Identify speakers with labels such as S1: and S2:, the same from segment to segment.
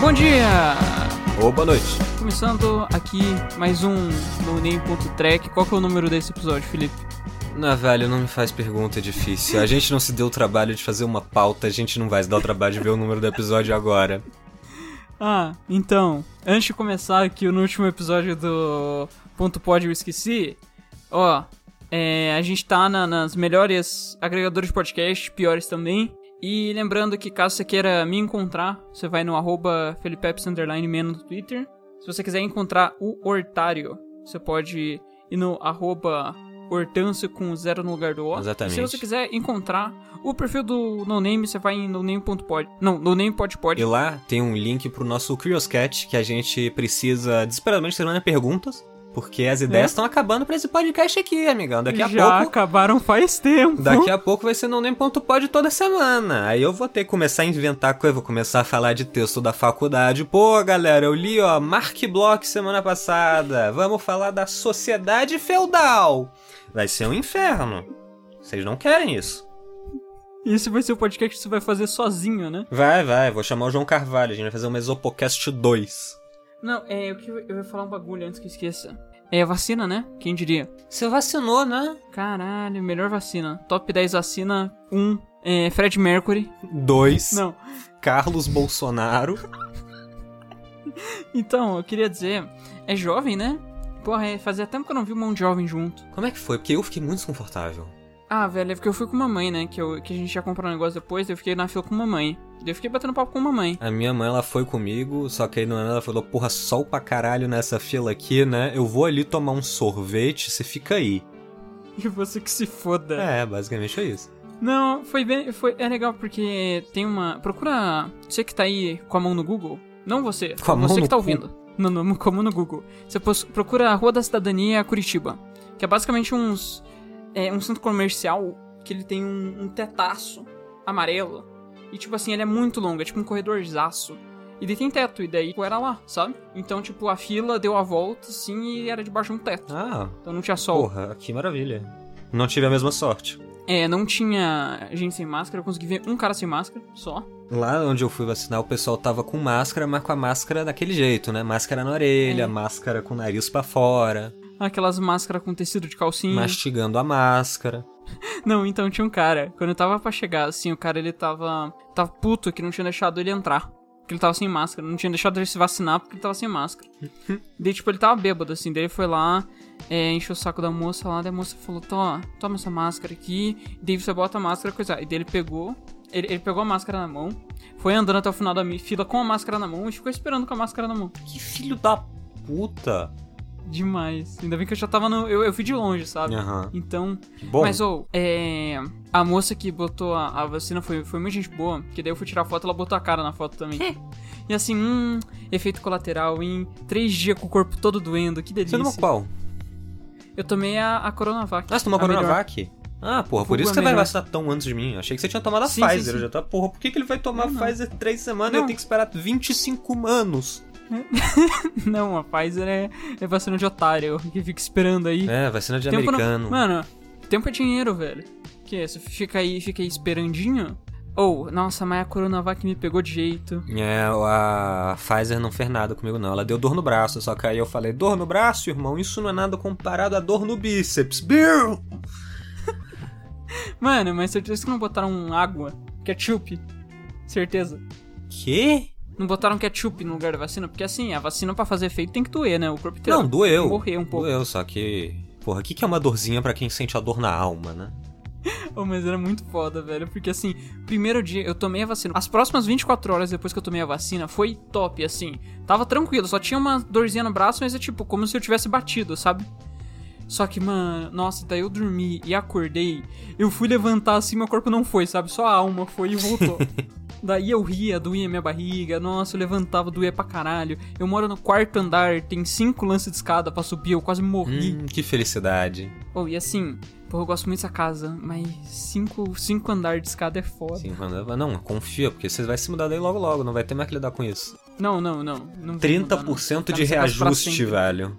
S1: Bom dia!
S2: Ou boa noite.
S1: Começando aqui mais um no Name.track. Qual que é o número desse episódio, Felipe?
S2: Não, velho, não me faz pergunta difícil. A gente não se deu o trabalho de fazer uma pauta, a gente não vai se dar o trabalho de ver o número do episódio agora.
S1: Ah, então, antes de começar aqui no último episódio do Ponto Pod Eu Esqueci, ó, é, a gente tá na- nas melhores agregadores de podcast, piores também. E lembrando que caso você queira me encontrar, você vai no arroba felipepes underline menos no Twitter. Se você quiser encontrar o Hortário, você pode ir no arroba hortâncio com zero no lugar do O.
S2: Exatamente.
S1: Se você quiser encontrar o perfil do NoName, você vai em noname.pod. Não, noname.pod.
S2: E lá tem um link pro nosso Curioscat, que a gente precisa desesperadamente semana perguntas, porque as ideias estão acabando pra esse podcast aqui, amigão. Daqui a
S1: Já
S2: pouco.
S1: acabaram faz tempo.
S2: Daqui a pouco vai ser não nem ponto pode toda semana. Aí eu vou ter que começar a inventar coisa, vou começar a falar de texto da faculdade. Pô, galera, eu li, ó, Mark Bloch semana passada. Vamos falar da sociedade feudal. Vai ser um inferno. Vocês não querem isso.
S1: Esse vai ser o podcast que você vai fazer sozinho, né?
S2: Vai, vai, vou chamar o João Carvalho, a gente vai fazer um Mesopocast 2.
S1: Não, é, eu, que- eu ia falar um bagulho antes que eu esqueça. É a vacina, né? Quem diria?
S2: Você vacinou, né?
S1: Caralho, melhor vacina. Top 10 vacina 1. É, Fred Mercury.
S2: 2.
S1: Não.
S2: Carlos Bolsonaro.
S1: Então, eu queria dizer, é jovem, né? Porra, é, fazia tempo que eu não vi um monte de jovem junto.
S2: Como é que foi? Porque eu fiquei muito desconfortável.
S1: Ah, velho, é porque eu fui com mamãe, né? Que, eu, que a gente ia comprar um negócio depois, daí eu fiquei na fila com mamãe. Daí eu fiquei batendo papo com mamãe.
S2: A minha mãe, ela foi comigo, só que aí no ano ela falou, porra, sol pra caralho nessa fila aqui, né? Eu vou ali tomar um sorvete, você fica aí.
S1: E você que se foda.
S2: É, basicamente é isso.
S1: Não, foi bem. Foi, é legal porque tem uma. Procura. Você que tá aí com a mão no Google. Não você.
S2: Com a mão
S1: você
S2: no
S1: que tá
S2: cu.
S1: ouvindo. Não, não, com a mão no Google. Você pos- procura a Rua da Cidadania Curitiba. Que é basicamente uns. É um centro comercial que ele tem um, um tetaço amarelo. E tipo assim, ele é muito longo, é tipo um corredorzaço. E ele tem teto, e daí eu era lá, sabe? Então, tipo, a fila deu a volta, assim, e era debaixo de um teto.
S2: Ah,
S1: Então não tinha sol.
S2: porra, que maravilha. Não tive a mesma sorte.
S1: É, não tinha gente sem máscara, eu consegui ver um cara sem máscara só.
S2: Lá onde eu fui vacinar, o pessoal tava com máscara, mas com a máscara daquele jeito, né? Máscara na orelha,
S1: É.
S2: máscara com o nariz pra fora,
S1: Aquelas máscaras com tecido de
S2: Hum.
S1: calcinha.
S2: mastigando a máscara.
S1: Não, então tinha um cara. Quando eu tava pra chegar, assim, o cara ele tava. Tava puto que não tinha deixado ele entrar. Que ele tava sem máscara. Não tinha deixado ele se vacinar porque ele tava sem máscara. daí, tipo, ele tava bêbado, assim. Daí ele foi lá, é, encheu o saco da moça lá. Daí a moça falou: Tó, toma essa máscara aqui. Daí você bota a máscara, coisa. E daí ele pegou. Ele, ele pegou a máscara na mão. Foi andando até o final da mi- fila com a máscara na mão e ficou esperando com a máscara na mão.
S2: Que filho da puta.
S1: Demais. Ainda bem que eu já tava no. Eu, eu fui de longe, sabe?
S2: Aham.
S1: Então,
S2: Bom,
S1: Mas, ou, é. A moça que botou a, a vacina foi, foi muito gente boa, que daí eu fui tirar a foto ela botou a cara na foto também. e assim, hum, efeito colateral em três dias com o corpo todo doendo, que delícia.
S2: você tomou qual?
S1: Eu tomei a, a Coronavac.
S2: Ah, você tomou
S1: a
S2: Coronavac? Ah, porra, por
S1: Cuba
S2: isso que você vai
S1: melhor.
S2: vacinar tão antes de mim. Eu achei que você tinha tomado a
S1: Sim,
S2: Pfizer.
S1: sim, sim.
S2: Eu já tô, porra, por que, que ele vai tomar
S1: Não, não.
S2: Pfizer três semanas e
S1: Não.
S2: eu tenho que esperar 25 anos?
S1: melhor. Não, a Pfizer é, é vacina de otário, que fica esperando aí.
S2: É, vacina de
S1: Tempo não-
S2: americano.
S1: Mano, tempo é dinheiro, velho. Que é, você fica aí, fica aí esperandinho. Ou, nossa, mas a Coronavac me pegou de jeito.
S2: É, a Pfizer não fez nada comigo, não. Ela deu dor no braço, só que aí eu falei, dor no braço, irmão? Isso não é nada comparado a dor no bíceps. Bill!
S1: Mano, mas certeza que não botaram água, ketchup. Certeza.
S2: Quê?
S1: Não botaram ketchup no lugar da vacina? Porque assim, a vacina pra fazer efeito tem que doer, né? O corpo inteiro.
S2: Não, doeu.
S1: Morreu um pouco.
S2: Doeu, só que... Porra, o que, que é uma dorzinha pra quem sente a dor na alma, né?
S1: Oh, mas era muito foda, velho. Porque assim, primeiro dia eu tomei a vacina. As próximas 24 horas depois que eu tomei a vacina foi top, assim. Tava tranquilo, só tinha uma dorzinha no braço, mas é tipo, como se eu tivesse batido, sabe? Só que, mano, nossa, daí eu dormi e acordei. Eu fui levantar assim, meu corpo não foi, sabe? Só a alma foi e voltou. Daí eu ria, doía minha barriga, nossa, eu levantava, doía pra caralho. Eu moro no quarto andar, tem cinco lances de escada pra subir, eu quase morri.
S2: Hum, que felicidade.
S1: Oh, e assim, porra, eu gosto muito dessa casa, mas cinco, cinco andares de escada é foda.
S2: Sim, quando- não, confia, porque você vai se mudar daí logo logo, não vai ter mais que lidar com isso.
S1: Não, não, não. não vou mudar, não.
S2: 30% de
S1: Cara, esse negócio pra
S2: reajuste,
S1: sempre.
S2: velho.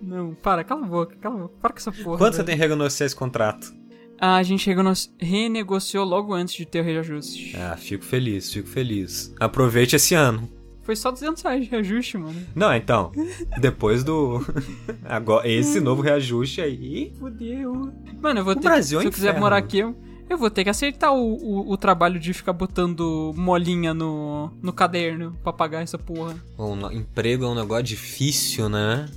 S1: Não, para, cala a boca, cala a boca. Para com essa porra. né?
S2: Quanto você
S1: velho.
S2: tem que renegociar esse contrato?
S1: Ah, a gente rego-
S2: É.
S1: renegociou logo antes de ter o reajuste.
S2: Ah, fico feliz, fico feliz. Aproveite esse ano.
S1: Foi só 200 reais de reajuste, mano.
S2: Não, então, depois do. Agora, esse novo reajuste aí. Fudeu.
S1: Mano, eu vou
S2: O
S1: ter.
S2: Brasil é
S1: se eu quiser
S2: inferno.
S1: morar aqui, eu, eu vou ter que aceitar o, o, o trabalho de ficar botando molinha no, no caderno pra pagar essa porra.
S2: Bom, no- emprego é um negócio difícil, né?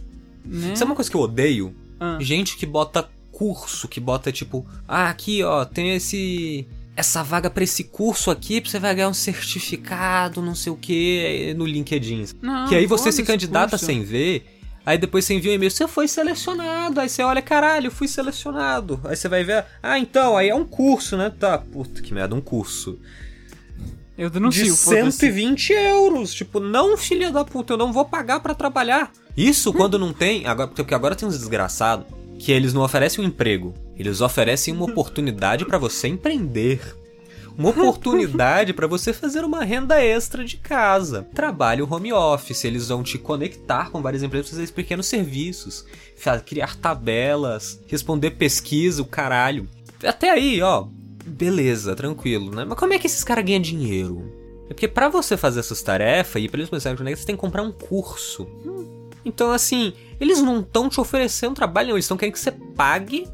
S1: Né?
S2: Sabe uma coisa que eu odeio?
S1: Ah.
S2: Gente que bota curso, que bota tipo, ah, aqui ó, tem esse. Essa vaga pra esse curso aqui, pra você vai ganhar um certificado, não sei o que, no LinkedIn.
S1: Não,
S2: que aí você se
S1: foda-se
S2: candidata
S1: Ah, curso.
S2: sem ver, aí depois você envia um e-mail, você foi selecionado, aí você olha, caralho, fui selecionado. Aí você vai ver, ah, então, aí é um curso, né? Tá, puta que merda, um curso.
S1: Eu denuncio,
S2: de
S1: foda-se.
S2: 120 euros. Tipo, não, filha da puta, eu não vou pagar pra trabalhar. Isso quando não tem. Agora, porque agora tem uns desgraçados que eles não oferecem um emprego. Eles oferecem uma oportunidade pra você empreender. Uma oportunidade pra você fazer uma renda extra de casa. Trabalho home office, eles vão te conectar com várias empresas, fazer pequenos serviços, fa- criar tabelas, responder pesquisa, o caralho. Até aí, ó, beleza, tranquilo, né? Mas como é que esses caras ganham dinheiro? É porque pra você fazer essas tarefas e pra eles começarem a conectar, você tem que comprar um curso.
S1: Hum.
S2: Então, assim, eles não estão te oferecendo trabalho, não. Eles estão querendo que você pague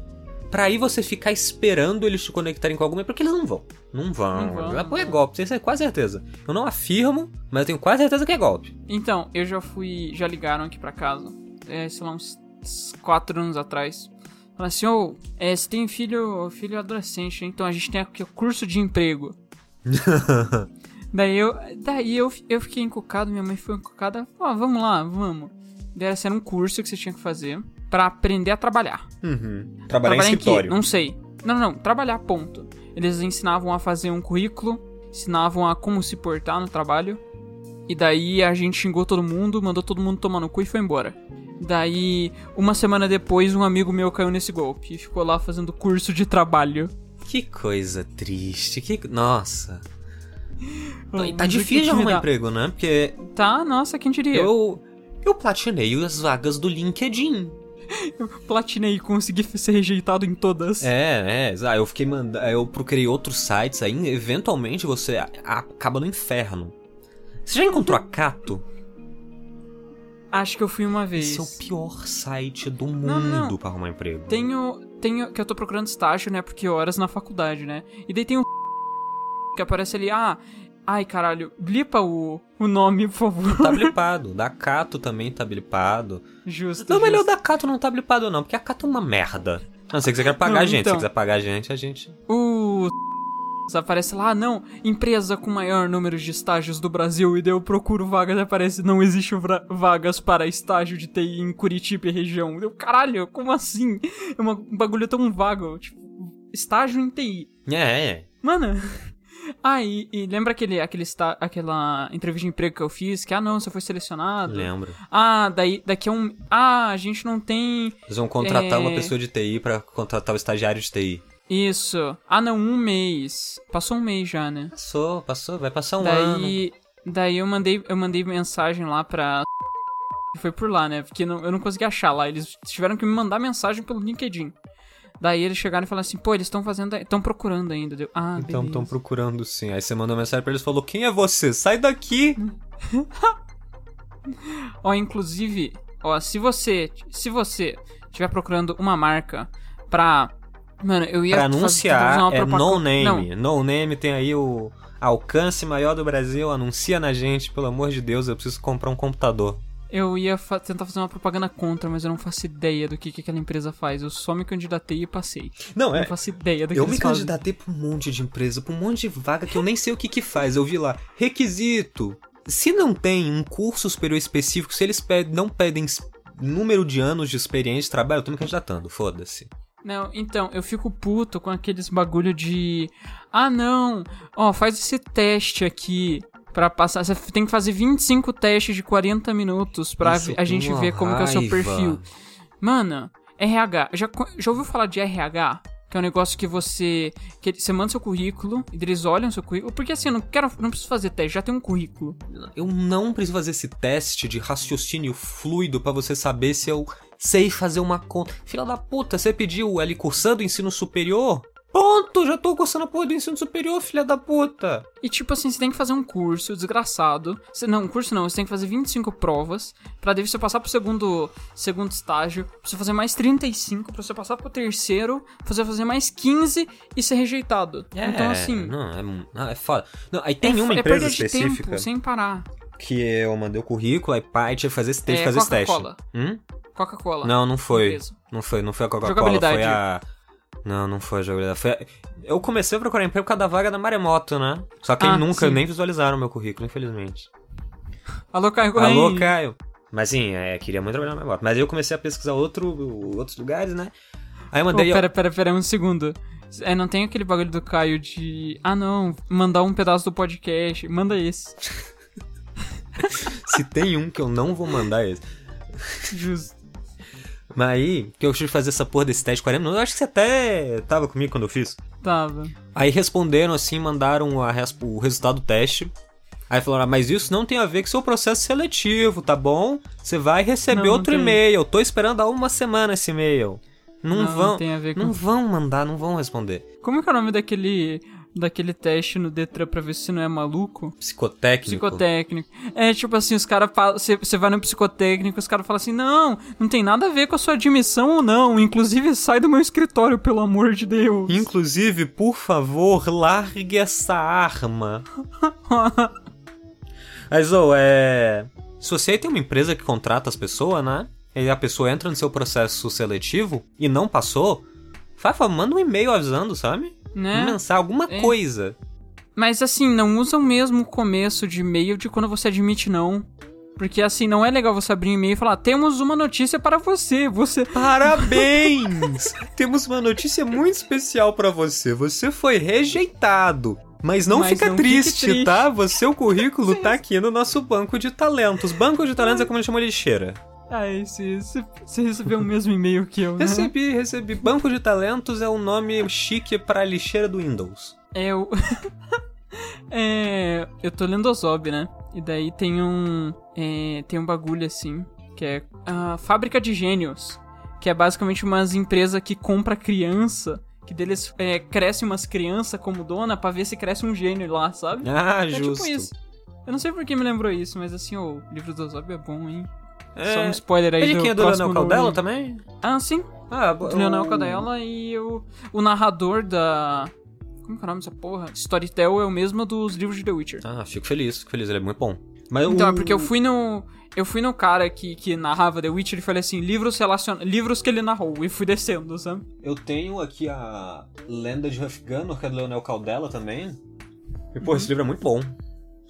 S2: pra aí você ficar esperando eles te conectarem com alguma porque eles não vão. Não vão.
S1: Não vão,
S2: Vai-
S1: não
S2: É
S1: vão.
S2: golpe, isso é quase certeza. Eu não afirmo, mas eu tenho quase certeza que é golpe.
S1: Então, eu já fui. Já ligaram aqui pra casa. É, sei lá, uns s- quatro anos atrás. Falaram assim, ô, é, você tem filho, filho adolescente, né? então a gente tem aqui o curso de emprego. daí eu, daí eu, eu fiquei encucado, minha mãe foi encucada. Ó, vamos lá, vamos. Daí era ser um curso que você tinha que fazer pra aprender a trabalhar.
S2: Uhum.
S1: Trabalhar quê? Não sei. Não, não, trabalhar, ponto. Eles ensinavam a fazer um currículo, ensinavam a como se portar no trabalho. E daí a gente xingou todo mundo, mandou todo mundo tomar no cu e foi embora. Daí, uma semana depois, um amigo meu caiu nesse golpe e ficou lá fazendo curso de trabalho.
S2: Que coisa triste. Que... Nossa. E tá
S1: Mas o que
S2: difícil de arrumar
S1: dá?
S2: emprego, né? Porque
S1: Tá, nossa, quem diria? Eu
S2: Eu, eu platinei as vagas do LinkedIn.
S1: platinei e consegui ser rejeitado em todas.
S2: É, é, exa- eu fiquei mandando. Eu procurei outros sites aí, eventualmente você a- acaba no inferno. Você já encontrou a Cato?
S1: Acho que eu fui uma vez.
S2: Esse é o pior site do mundo
S1: Não, não.
S2: pra arrumar emprego.
S1: Tenho. Tenho. Que eu tô procurando estágio, né? Porque horas na faculdade, né? E daí tem um. Que aparece ali, ah. Ai, caralho, blipa o, o nome, por favor.
S2: Tá blipado. Da Cato também tá blipado.
S1: Justo.
S2: Não, melhor
S1: justo.
S2: da Cato não tá blipado, não, porque a Cato é uma merda. A não ser que você queira pagar
S1: Não,
S2: a gente.
S1: então.
S2: Se quiser pagar a gente, a gente.
S1: O. Aparece lá, ah, não, empresa com maior número de estágios do Brasil. E daí eu procuro vagas e aparece, não existe vra- vagas para estágio de TI em Curitiba e região. Eu, caralho, como assim? É uma- um bagulho tão vago. Tipo, estágio em TI.
S2: É, é.
S1: Mano. Ah, e, e lembra aquele, aquele esta- aquela entrevista de emprego que eu fiz? Que, ah, não, você foi selecionado.
S2: Lembro.
S1: Ah, daí, daqui a um... Ah, a gente não tem
S2: Eles vão contratar
S1: É.
S2: uma pessoa de TI pra contratar o estagiário de TI.
S1: isso. Ah, não, um mês. Passou um mês já, né?
S2: Passou, passou, vai passar um ano.
S1: daí, daí eu mandei, eu mandei mensagem lá pra... Foi por lá, né? Porque não- eu não consegui achar lá. Eles tiveram que me mandar mensagem pelo LinkedIn. Daí eles chegaram e falaram assim, pô, eles estão fazendo... Estão procurando ainda. Deu, ah,
S2: Então estão
S1: beleza.
S2: procurando sim. Aí você mandou uma mensagem pra eles e falou: Quem é você? Sai daqui!
S1: Ó, inclusive, ó, se você, se você estiver procurando uma marca pra mano, eu ia
S2: pra
S1: fazer- fazer
S2: anunciar
S1: uma
S2: é
S1: propaga-
S2: no
S1: Não,
S2: name. No name tem aí o alcance maior do Brasil. Anuncia na gente, pelo amor de Deus, eu preciso comprar um computador.
S1: eu ia fa- tentar fazer uma propaganda contra, mas eu não faço ideia do que, que aquela empresa faz. Eu só me candidatei e passei.
S2: Não, é,
S1: Não faço ideia do que
S2: Eu
S1: eles
S2: me
S1: fazem.
S2: candidatei pra um monte de empresa, pra um monte de vaga que eu nem sei o que que faz. Eu vi lá, requisito. Se não tem um curso superior específico, se eles pedem, não pedem es- número de anos de experiência de trabalho, eu tô me candidatando, foda-se.
S1: Não, então, eu fico puto com aqueles bagulho de. Ah, não, ó, faz esse teste aqui pra passar. Você tem que fazer 25 testes de 40 minutos pra
S2: Isso
S1: a
S2: tem
S1: gente
S2: uma
S1: ver como que é o seu
S2: raiva.
S1: perfil. Mano, RH. Já, co- já ouviu falar de RH? Que é um negócio que você. que você manda seu currículo, e eles olham seu currículo. Porque assim, eu não quero. Não preciso fazer teste, já tem um currículo.
S2: Eu não preciso fazer esse teste de raciocínio fluido pra você saber se eu sei fazer uma conta. Filha da puta, você pediu ele cursando ensino superior? Ponto! Já tô cursando a porra do ensino superior, filha da puta!
S1: E tipo assim, você tem que fazer um curso desgraçado. Você- não, um curso não, você tem que fazer 25 provas pra daí você passar pro segundo segundo estágio, pra você fazer mais 35, pra você passar pro terceiro, pra você fazer mais 15 e ser rejeitado. então assim,
S2: É, Não, é, não, é foda. Não, aí tem
S1: é,
S2: uma
S1: f- é
S2: empresa
S1: perda de
S2: específica
S1: tempo, sem parar.
S2: que eu mandei o currículo, aí pai tinha que fazer esse teste,
S1: É,
S2: fazer esse teste.
S1: Coca-Cola.
S2: Hum?
S1: Coca-Cola.
S2: Não, não foi.
S1: Empresa.
S2: Não foi, não foi a Coca-Cola,
S1: Jogabilidade.
S2: foi a. Não, não foi a jogabilidade. Foi a- Eu comecei a procurar emprego por causa da vaga da Maremoto, né? Só que
S1: Ah,
S2: eles nunca
S1: sim.
S2: nem visualizaram meu currículo, infelizmente.
S1: Alô, Caio
S2: Alô,
S1: Correia.
S2: Caio. Mas sim, é, queria muito trabalhar na Maremoto. Mas aí eu comecei a pesquisar outro, outros lugares, né? Aí eu
S1: Oh,
S2: mandei.
S1: pera, pera, pera, um segundo. É, não tem aquele bagulho do Caio de. Ah, não, mandar um pedaço do podcast. Manda esse.
S2: Se tem um que eu não vou mandar é esse.
S1: Justo.
S2: Mas aí, que eu tive que fazer essa porra desse teste de 40 minutos. Eu acho que você até tava comigo quando eu fiz.
S1: Tava.
S2: Aí responderam assim, mandaram a res- o resultado do teste. Aí falaram, ah, mas isso não tem a ver com seu processo seletivo, tá bom? Você vai receber
S1: Não, não
S2: outro
S1: tem.
S2: e-mail. Tô esperando há uma semana esse e-mail. Não,
S1: não
S2: vão.
S1: tem a ver com.
S2: Não vão mandar, não vão responder.
S1: Como é que é o nome daquele. Daquele teste no Detran pra ver se não é maluco?
S2: Psicotécnico.
S1: Psicotécnico. É tipo assim, os caras falam. Você vai no psicotécnico, os caras falam assim: não, não tem nada a ver com a sua admissão ou não. Inclusive, sai do meu escritório, pelo amor de Deus.
S2: Inclusive, por favor, largue essa arma. Mas, ô, é. Se você aí tem uma empresa que contrata as pessoas, né? E a pessoa entra no seu processo seletivo e não passou, faz, favor, manda um e-mail avisando, sabe?
S1: né?
S2: Mensar alguma
S1: É.
S2: coisa.
S1: Mas assim, não usa o mesmo começo de e-mail de quando você admite não. Porque assim, não é legal você abrir um e-mail e falar: temos uma notícia para você. Você.
S2: Parabéns! Temos uma notícia muito especial pra você. Você foi rejeitado. Mas não
S1: Mas
S2: fica
S1: não fique
S2: triste,
S1: triste.
S2: tá? Você, o currículo tá aqui no nosso banco de talentos. Banco de talentos é como eles chamam de lixeira.
S1: Ai, você, você, você recebeu o mesmo e-mail que eu, né?
S2: Recebi, recebi. Banco de talentos é um nome chique pra lixeira do Windows.
S1: É o. é. Eu tô lendo Ozob, né? E daí tem um. é, tem um bagulho assim, que é a Fábrica de Gênios. Que é basicamente umas empresas que compra criança. Que deles é, cresce umas crianças como dona pra ver se cresce um gênio lá, sabe?
S2: Ah,
S1: É
S2: justo.
S1: tipo isso. Eu não sei por que me lembrou isso, mas assim, o livro do Ozob é bom, hein?
S2: É.
S1: Só um spoiler aí
S2: Ele
S1: do
S2: quem é do
S1: próximo
S2: Leonel Caldela
S1: volume.
S2: também?
S1: Ah, sim.
S2: Ah,
S1: Do Leonel Cadela e o, o narrador da. Como que é o nome dessa porra? Storytel é o mesmo dos livros de The Witcher.
S2: Ah, fico feliz, fico feliz, ele é muito bom. Mas
S1: Então,
S2: o...
S1: é porque eu fui no. Eu fui no cara que, que narrava The Witcher e falei assim, livros relacion... livros que ele narrou, e fui descendo, sabe?
S2: Eu tenho aqui a Lenda de Huff Gunner, que é do Leonel Caldela também. E, pô, esse livro é muito bom.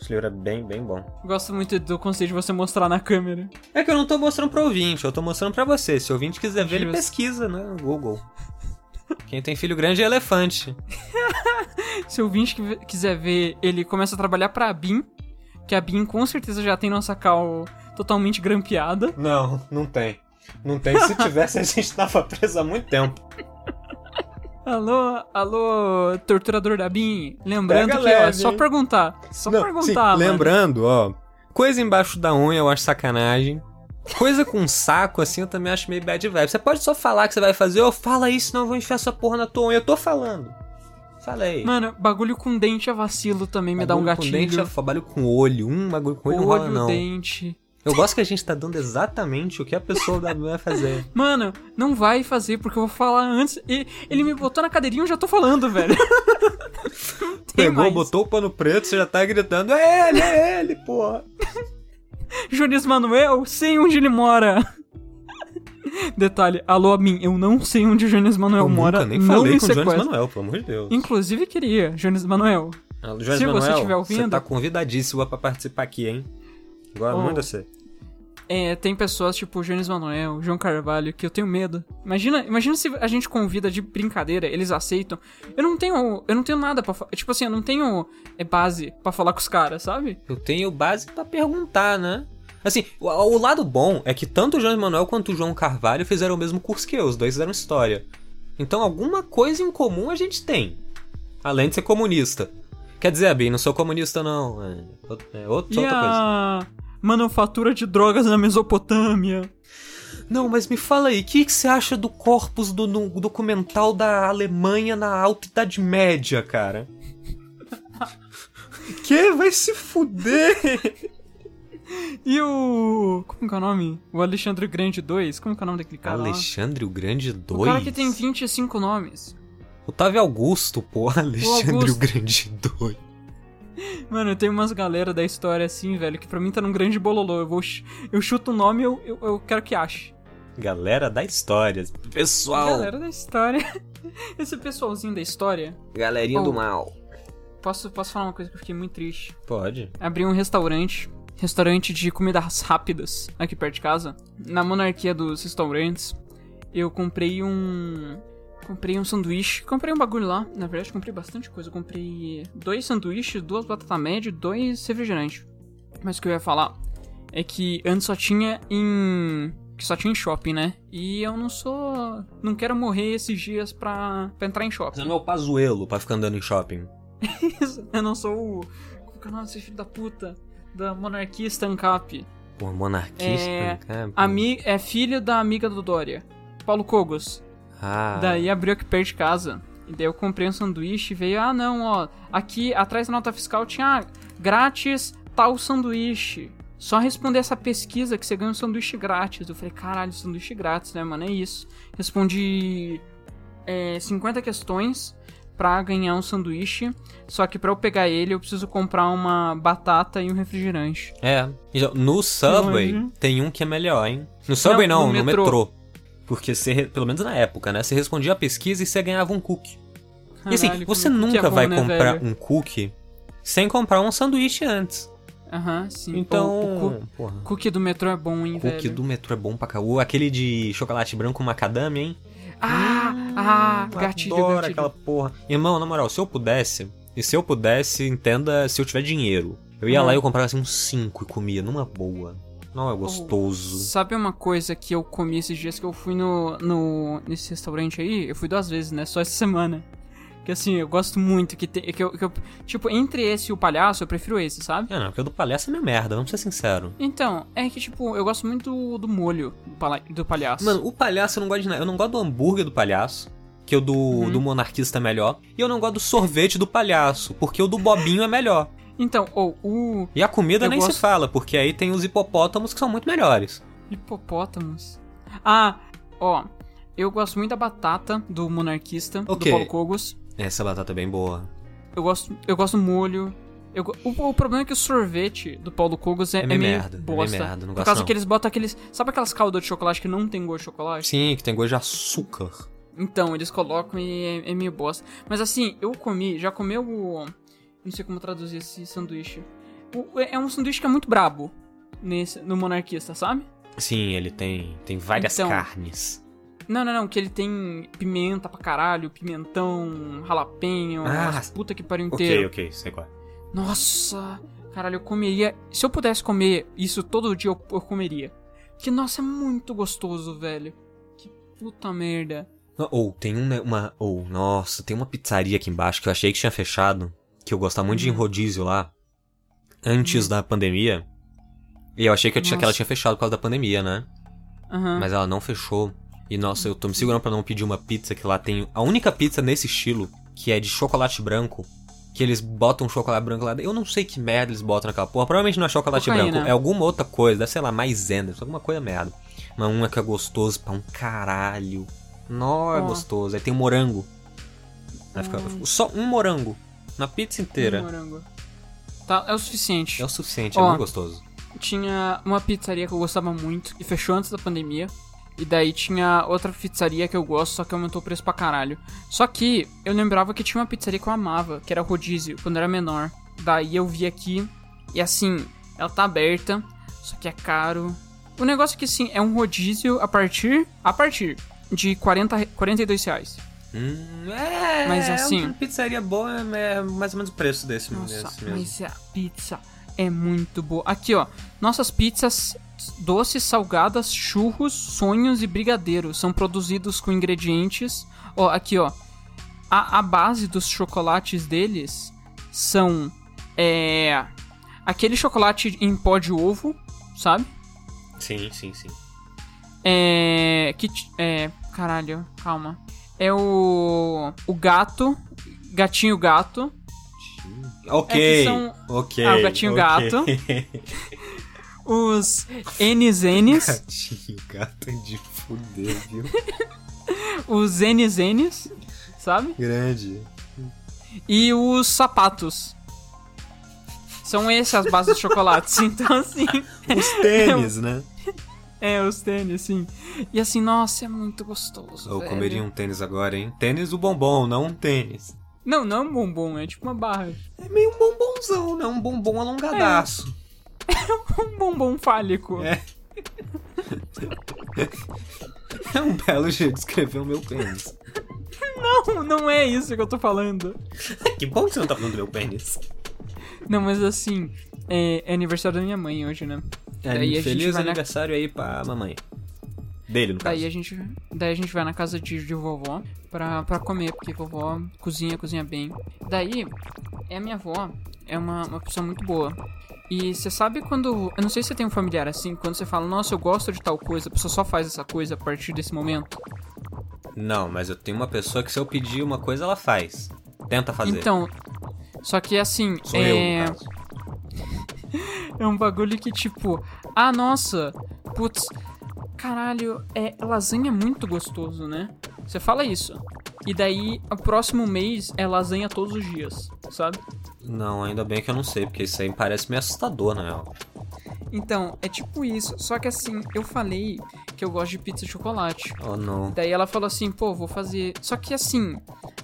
S2: Esse livro é bem, bem bom.
S1: Gosto muito do conceito de você mostrar na câmera.
S2: É que eu não tô mostrando pro ouvinte, eu tô mostrando pra você. Se o ouvinte quiser ver, ele
S1: Justo.
S2: pesquisa, né? no Google. Quem tem filho grande é elefante.
S1: Se o ouvinte que- quiser ver, ele começa a trabalhar pra BIM, que a BIM com certeza já tem nossa cal totalmente grampeada.
S2: Não, não tem. Não tem. Se tivesse, a gente tava preso há muito tempo.
S1: Alô, alô, torturador da BIM. Lembrando
S2: Pega
S1: que ó, é
S2: leve,
S1: só
S2: hein?
S1: perguntar. Só perguntar, mano.
S2: Lembrando, ó. Coisa embaixo da unha eu acho sacanagem. Coisa com saco, assim, eu também acho meio bad vibe. Você pode só falar que você vai fazer, ô, fala isso, senão eu vou enfiar essa porra na tua unha. Eu tô falando. Falei.
S1: Mano, bagulho com dente é vacilo também, me dá um
S2: Bagulho com
S1: gatilho.
S2: dente, é eu trabalho com olho. Um bagulho com olho, não rola,
S1: olho,
S2: não.
S1: dente.
S2: Eu gosto que a gente tá dando exatamente o que a pessoa da vai fazer.
S1: Mano, não vai fazer porque eu vou falar antes. E ele me botou na cadeirinha e eu já tô falando, velho. Não tem
S2: Pegou,
S1: mais.
S2: botou o pano preto, você já tá gritando, é ele, é ele, porra.
S1: Junis Manuel, sei onde ele mora. Detalhe, alô a mim, eu não sei onde o Jones Manuel
S2: eu
S1: mora.
S2: nunca nem
S1: não
S2: falei
S1: me
S2: com o Jones
S1: sequestra.
S2: Manuel, pelo amor de Deus.
S1: Inclusive queria, Jones Manuel.
S2: Ah, Jorge
S1: Se você
S2: Manuel,
S1: estiver ouvindo-
S2: tá convidadíssima pra participar aqui, hein? Agora
S1: Oh.
S2: manda você.
S1: É, tem pessoas tipo Jones Manuel, João Carvalho, que eu tenho medo. Imagina, imagina se a gente convida de brincadeira, eles aceitam. Eu não tenho, eu não tenho nada para tipo assim, eu não tenho é, base pra falar com os caras, sabe?
S2: Eu tenho base pra perguntar, né? Assim, o, o lado bom é que tanto o Jorge Manuel quanto o João Carvalho fizeram o mesmo curso que eu, os dois fizeram história. Então alguma coisa em comum a gente tem. Além de ser comunista. Quer dizer, Abi, não sou comunista não. É, out- é out-
S1: e
S2: outra coisa.
S1: a manufatura de drogas na Mesopotâmia.
S2: Não, mas me fala aí, o que, que você acha do corpus do, do documental da Alemanha na Alta Idade Média, cara? que? Vai se fuder!
S1: E o. Como que é o nome? O Alexandre Grande 2? Como que é o nome daquele cara? lá?
S2: Alexandre o Grande 2?
S1: O cara que tem 25 nomes.
S2: Otávio Augusto, pô, Alexandre o,
S1: Augusto.
S2: Grande 2.
S1: Mano, tem umas galera da história assim, velho, que pra mim tá num grande bololô. Eu, vou, ch- eu chuto o nome e eu, eu, eu quero que ache.
S2: Galera da história. Pessoal,
S1: Galera da história. Esse pessoalzinho da história.
S2: galerinha
S1: Oh.
S2: do mal.
S1: Posso, posso falar uma coisa que eu fiquei muito triste?
S2: Pode.
S1: abri um restaurante, restaurante de comidas rápidas aqui perto de casa. Na monarquia dos restaurantes, eu comprei um comprei um sanduíche, comprei um bagulho lá, na verdade comprei bastante coisa, Eu comprei dois sanduíches, duas batatas médias, dois refrigerantes. Mas o que eu ia falar é que antes só tinha em que só tinha em shopping, né? E eu não sou, não quero morrer esses dias pra, pra entrar em shopping.
S2: Você não é o Pazuelo pra ficar andando em shopping.
S1: Eu não sou o. Como que é o nome desse filho da puta? Da monarquia Stancap.
S2: Pô, monarquista, né?
S1: É,
S2: cara.
S1: Ami é filho da amiga do Dória, Paulo Cogos.
S2: Ah,
S1: Daí abriu aqui perto de casa. E daí eu comprei um sanduíche e veio, ah não, ó, aqui atrás da nota fiscal tinha ah, grátis tal sanduíche. Só responder essa pesquisa que você ganha um sanduíche grátis. Eu falei, caralho, sanduíche grátis, né, mano? É isso. Respondi é, 50 questões pra ganhar um sanduíche. Só que pra eu pegar ele, eu preciso comprar uma batata e um refrigerante.
S2: É. Então, No Subway
S1: Longe.
S2: tem um que é melhor, hein? No Subway não,
S1: Uhum. no
S2: no,
S1: metrô.
S2: metrô. Porque você, re- pelo menos na época, né? Você respondia a pesquisa e você ganhava um cookie. e assim,
S1: Caralho,
S2: você
S1: como- que é
S2: nunca
S1: bom,
S2: vai
S1: né,
S2: comprar
S1: velho?
S2: um cookie sem comprar um sanduíche antes.
S1: Aham, sim.
S2: Então,
S1: O- o cu-
S2: porra,
S1: Cookie do metrô é bom, hein,
S2: cookie
S1: velho?
S2: do metrô é bom pra caô. Aquele de chocolate branco macadâmia, hein?
S1: Ah, ah, gatilho,
S2: Hum, Adoro
S1: gatilho.
S2: aquela porra. Irmão, na moral, se eu pudesse, e se eu pudesse, entenda, se eu tiver dinheiro, eu ia
S1: Uhum.
S2: lá e eu comprava assim uns 5 e comia numa boa. Não é gostoso.
S1: Sabe uma coisa que eu comi esses dias que eu fui no, no nesse restaurante aí? Eu fui duas vezes, né? Só essa semana. Que assim, eu gosto muito que tem, que eu, que eu- tipo, entre esse e o palhaço, eu prefiro esse, sabe?
S2: É, não, porque o do palhaço é minha merda, vamos ser sincero.
S1: Então, é que tipo, eu gosto muito do, do molho do, pala- do palhaço.
S2: Mano, o palhaço eu não gosto de nada. Eu não gosto do hambúrguer do palhaço, que o do,
S1: Uhum.
S2: do monarquista é melhor. E eu não gosto do sorvete do palhaço, porque o do bobinho é melhor.
S1: Então, ou o
S2: E a comida
S1: Eu
S2: nem
S1: gosto-
S2: se fala, porque aí tem os hipopótamos que são muito melhores.
S1: hipopótamos. Ah, ó, eu gosto muito da batata do monarquista, do
S2: Ok.
S1: Paulo Cogos.
S2: Essa batata é bem boa.
S1: Eu gosto, eu gosto do molho. Eu go- o, o problema é que o sorvete do Paulo Cogos é,
S2: É meio
S1: é meio
S2: merda, é meio
S1: bosta.
S2: merda,
S1: por
S2: não gosto
S1: causa
S2: não.
S1: que eles botam aqueles. Sabe aquelas caldas de chocolate que não tem gosto de chocolate?
S2: Sim, que tem gosto de açúcar.
S1: Então, eles colocam e é, é meio bosta. Mas assim, eu comi, já comeu o. Não sei como traduzir esse sanduíche. O- é é um sanduíche que é muito brabo nesse, no monarquista, sabe?
S2: Sim, ele tem, tem várias
S1: Então.
S2: carnes.
S1: Não, não, não, que ele tem pimenta pra caralho, pimentão, jalapenho,
S2: Ah,
S1: umas puta que pariu inteiro.
S2: Ok, ok, sei qual. é.
S1: Nossa, caralho, eu comeria. Se eu pudesse comer isso todo dia, eu, eu comeria. Que nossa, é muito gostoso, velho. Que puta merda.
S2: Não, Ou tem um, né, uma. Ou, nossa, tem uma pizzaria aqui embaixo que eu achei que tinha fechado. Que eu gostava
S1: Hum.
S2: muito de ir em rodízio lá. Antes da pandemia. E eu achei que, eu tinha, que ela
S1: Nossa.
S2: tinha fechado por causa da pandemia, né?
S1: Aham.
S2: Mas ela não fechou. E nossa, eu tô me segurando pra não pedir uma pizza que lá tem. A única pizza nesse estilo, que é de chocolate branco. Que eles botam chocolate branco lá. Eu não sei que merda eles botam naquela porra. Provavelmente não é chocolate
S1: Cocaína.
S2: branco. É alguma outra coisa. Deve, sei lá, maisena. Alguma coisa merda. Mas uma que é gostoso pra um caralho. Nó, é
S1: Ó. Hum.
S2: gostoso. Aí tem um morango. Aí fica- Só um morango. Na pizza inteira.
S1: Morango. Tá, é o suficiente.
S2: É o suficiente.
S1: Hum. Ó.
S2: É muito gostoso.
S1: Tinha uma pizzaria que eu gostava muito e fechou antes da pandemia. E daí tinha outra pizzaria que eu gosto, só que aumentou o preço pra caralho. Só que eu lembrava que tinha uma pizzaria que eu amava, que era rodízio, quando eu era menor. Daí eu vi aqui, e assim, ela tá aberta, só que é caro. O negócio é que sim, é um rodízio a partir. A partir de 40, re- 42 reais.
S2: Hum, é.
S1: Mas
S2: é
S1: assim-
S2: uma pizzaria boa é mais ou menos o preço desse,
S1: Nossa,
S2: desse mesmo.
S1: mas a pizza é muito boa. Aqui, ó. Nossas pizzas doces, salgadas, churros, sonhos e brigadeiros são produzidos com ingredientes. Ó, aqui, ó. A, a base dos chocolates deles são. É. Aquele chocolate em pó de ovo, sabe?
S2: Sim, sim, sim.
S1: É. Que. t- É. Caralho, calma. É o. O gato. Gatinho gato. É
S2: Ok.
S1: que são-
S2: Ok.
S1: Ah, o gatinho
S2: ok.
S1: gato. Os NZNs.
S2: Gatinho gato é de fuder, viu?
S1: os NZNs. Sabe?
S2: Grande.
S1: E os sapatos. São essas as bases de chocolates. Então, assim.
S2: Os tênis, né?
S1: É, os tênis, sim. E assim, nossa, é muito gostoso.
S2: Eu
S1: velho.
S2: comeria um tênis agora, hein? Tênis o bombom, não um tênis.
S1: Não, não é um bombom, é tipo uma barra.
S2: É meio um bombonzão, né? Um bombom alongadaço.
S1: Um bombom fálico.
S2: É. É, um belo jeito de escrever o meu pênis.
S1: Não, não é isso que eu tô falando.
S2: que bom que você não tá falando do meu pênis.
S1: Não, mas assim, é, é aniversário da minha mãe hoje, né? Daí a gente
S2: É, feliz
S1: vai na-
S2: aniversário aí pra mamãe. Dele, no caso.
S1: Daí a gente, daí a gente vai na casa de, de vovó pra, pra comer, porque vovó cozinha, cozinha bem. Daí, é a minha avó, é uma, uma pessoa muito boa. E você sabe quando. Eu não sei se você tem um familiar assim, quando você fala, nossa, eu gosto de tal coisa, a pessoa só faz essa coisa a partir desse momento.
S2: Não, mas eu tenho uma pessoa que se eu pedir uma coisa, ela faz. Tenta fazer.
S1: Então. Só que assim,
S2: Sou
S1: é.
S2: eu, né? no caso.
S1: É um bagulho que, tipo, ah, nossa, putz, caralho, é, lasanha é muito gostoso, né? Você fala isso. E daí, o próximo mês é lasanha todos os dias, sabe?
S2: Não, ainda bem que eu não sei, porque isso aí parece meio assustador, né? na real.
S1: Então, é tipo isso. Só que assim, eu falei que eu gosto de pizza de chocolate.
S2: Oh, não.
S1: Daí ela falou assim, pô, vou fazer. Só que assim,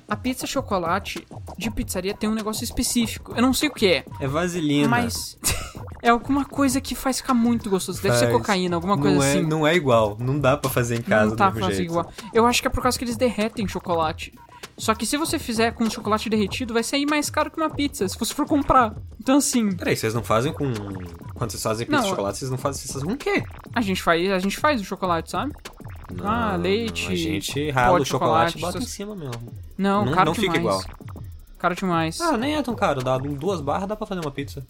S1: a pizza chocolate de pizzaria tem um negócio específico. Eu não sei o que é,
S2: É vaselina.
S1: mas. é alguma coisa que faz ficar muito gostoso. Deve ser
S2: Faz.
S1: cocaína, alguma
S2: não
S1: coisa
S2: é,
S1: assim.
S2: Não é igual. Não dá pra fazer em casa
S1: não tá
S2: do mesmo
S1: fácil
S2: jeito.
S1: igual. Eu acho que é por causa que eles derretem chocolate. Só que se você fizer com chocolate derretido, vai sair mais caro que uma pizza, se você for comprar. Então, assim,
S2: Peraí, vocês não fazem com. Quando vocês fazem pizza
S1: Não,
S2: de chocolate, vocês não fazem, vocês fazem com o quê?
S1: a gente faz, a gente faz o chocolate, sabe? Ah, leite,
S2: A gente rala
S1: pó
S2: o
S1: de
S2: chocolate,
S1: chocolate,
S2: e bota
S1: essas-
S2: em cima mesmo.
S1: Não,
S2: Não-
S1: caro
S2: não fica
S1: demais.
S2: igual.
S1: Caro demais.
S2: Ah, nem é tão caro. Dá duas barras, dá pra fazer uma pizza.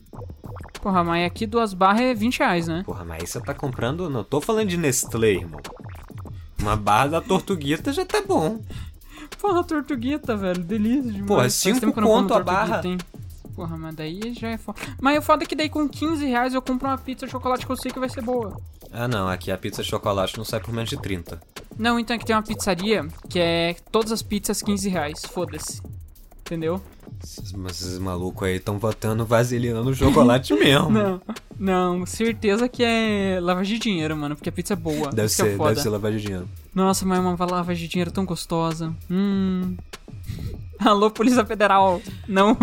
S1: Porra, mas aqui duas barras é 20 reais, né?
S2: Porra, mas aí você tá comprando. Não tô falando de Nestlé, irmão. Uma barra da tortuguita já tá bom.
S1: Porra, tortuguita, velho, delícia demais.
S2: Porra,
S1: Faz
S2: cinco
S1: tempo que eu não como
S2: conto a
S1: tortuguita,
S2: barra.
S1: hein? Porra, mas daí já é foda. Mas o foda é que daí com 15 reais eu compro uma pizza de chocolate que eu sei que vai ser boa.
S2: Ah, não. Aqui a pizza de chocolate não sai por menos de 30.
S1: Não, então é que tem uma pizzaria que é todas as pizzas 15 reais, foda-se. Entendeu?
S2: Esses, mas esses malucos aí tão botando vaselina no chocolate mesmo.
S1: Não, não, certeza que é lavagem de dinheiro, mano, porque a pizza é boa.
S2: Deve
S1: isso que é
S2: ser,
S1: foda.
S2: deve ser lavagem de dinheiro.
S1: Nossa, mas é uma lavagem de dinheiro tão gostosa. Hum. Alô, Polícia Federal. Não,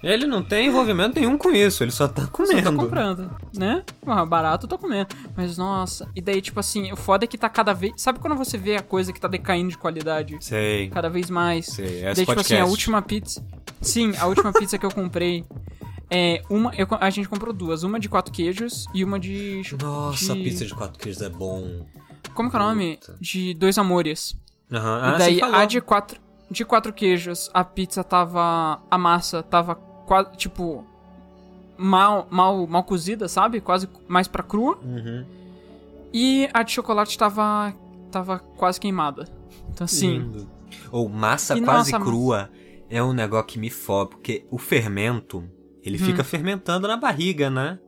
S2: Ele não tem envolvimento nenhum com isso, ele só tá
S1: só
S2: comendo.
S1: tô comprando, né? Ah, barato, eu tô comendo. Mas nossa, e daí, tipo assim, o foda é que tá cada vez. Sabe quando você vê a coisa que tá decaindo de qualidade?
S2: Sei.
S1: cada vez mais.
S2: Sei, é esse
S1: Daí, tipo assim, a
S2: podcast.
S1: última pizza. Sim, a última pizza que eu comprei é uma. eu co- a gente comprou duas, uma de quatro queijos e uma de. cho-
S2: Nossa,
S1: de-
S2: pizza de quatro queijos é bom.
S1: Como que é o nome?
S2: Puta.
S1: De dois amores.
S2: Aham,
S1: e
S2: ah, você
S1: daí
S2: falou.
S1: a de quatro. De quatro queijos, a pizza tava. A massa tava quase. Tipo. Mal, mal, mal cozida, sabe? Quase mais pra crua.
S2: Uhum.
S1: E a de chocolate tava. tava quase queimada. Então assim.
S2: Lindo. Ou massa
S1: E
S2: quase
S1: nossa,
S2: crua é um negócio que me foda, porque o fermento, ele fica fermentando na barriga, né?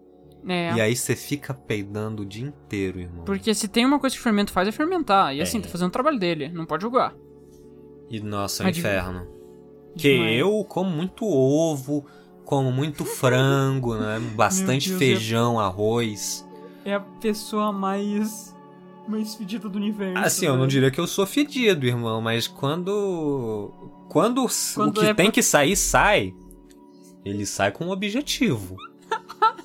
S1: Hum. É,
S2: E aí você fica peidando o dia inteiro, irmão.
S1: Porque se tem uma coisa que o fermento faz é fermentar. E assim,
S2: É.
S1: tá fazendo o trabalho dele, não pode julgar.
S2: E nossa, é um
S1: Mas de-
S2: inferno. Que
S1: Mas-
S2: eu como muito ovo, como muito frango, né? Bastante
S1: Deus,
S2: feijão, arroz.
S1: É a pessoa mais. mais fedida do universo.
S2: Assim, eu não diria que eu sou fedido, irmão, mas quando. Quando, s-
S1: Quando
S2: o que
S1: é
S2: tem
S1: pra-
S2: que sair, sai. Ele sai com um objetivo.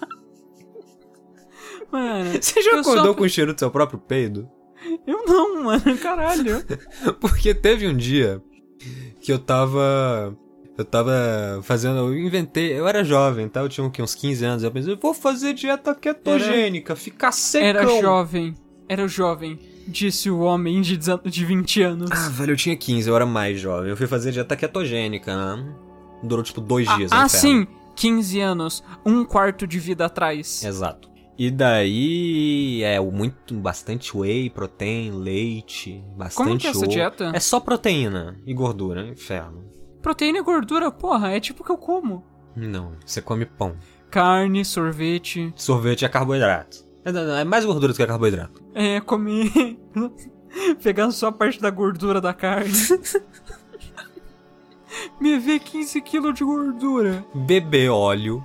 S1: Mano,
S2: Você já
S1: Eu sou-
S2: acordou com o cheiro do seu próprio peido?
S1: eu não, mano, caralho.
S2: Porque teve um dia que eu tava. Eu tava fazendo. Eu inventei. Eu era jovem, tá? Eu tinha o quê, uns 15 anos. Eu pensei, vou fazer dieta ketogênica, ficar secão.
S1: Era jovem, era jovem, disse o homem de, 19 de 20 anos.
S2: Ah, velho, eu tinha 15, eu era mais jovem. Eu fui fazer dieta ketogênica, né? Durou tipo dois dias. é um
S1: ah,
S2: inferno. É
S1: sim, 15 anos, um quarto de vida atrás.
S2: Exato. E daí é muito, bastante whey, protein, leite, bastante
S1: Como que é essa
S2: ovo.
S1: dieta?
S2: É só proteína e gordura, inferno.
S1: Proteína e gordura, porra, é tipo o que eu como.
S2: Não, você come pão.
S1: Carne, sorvete,
S2: Sorvete é carboidrato. É, não, não, é mais gordura do que carboidrato.
S1: é, comer... Pegar só a parte da gordura da carne. Me vê 15 kg de gordura. É
S2: Beber óleo.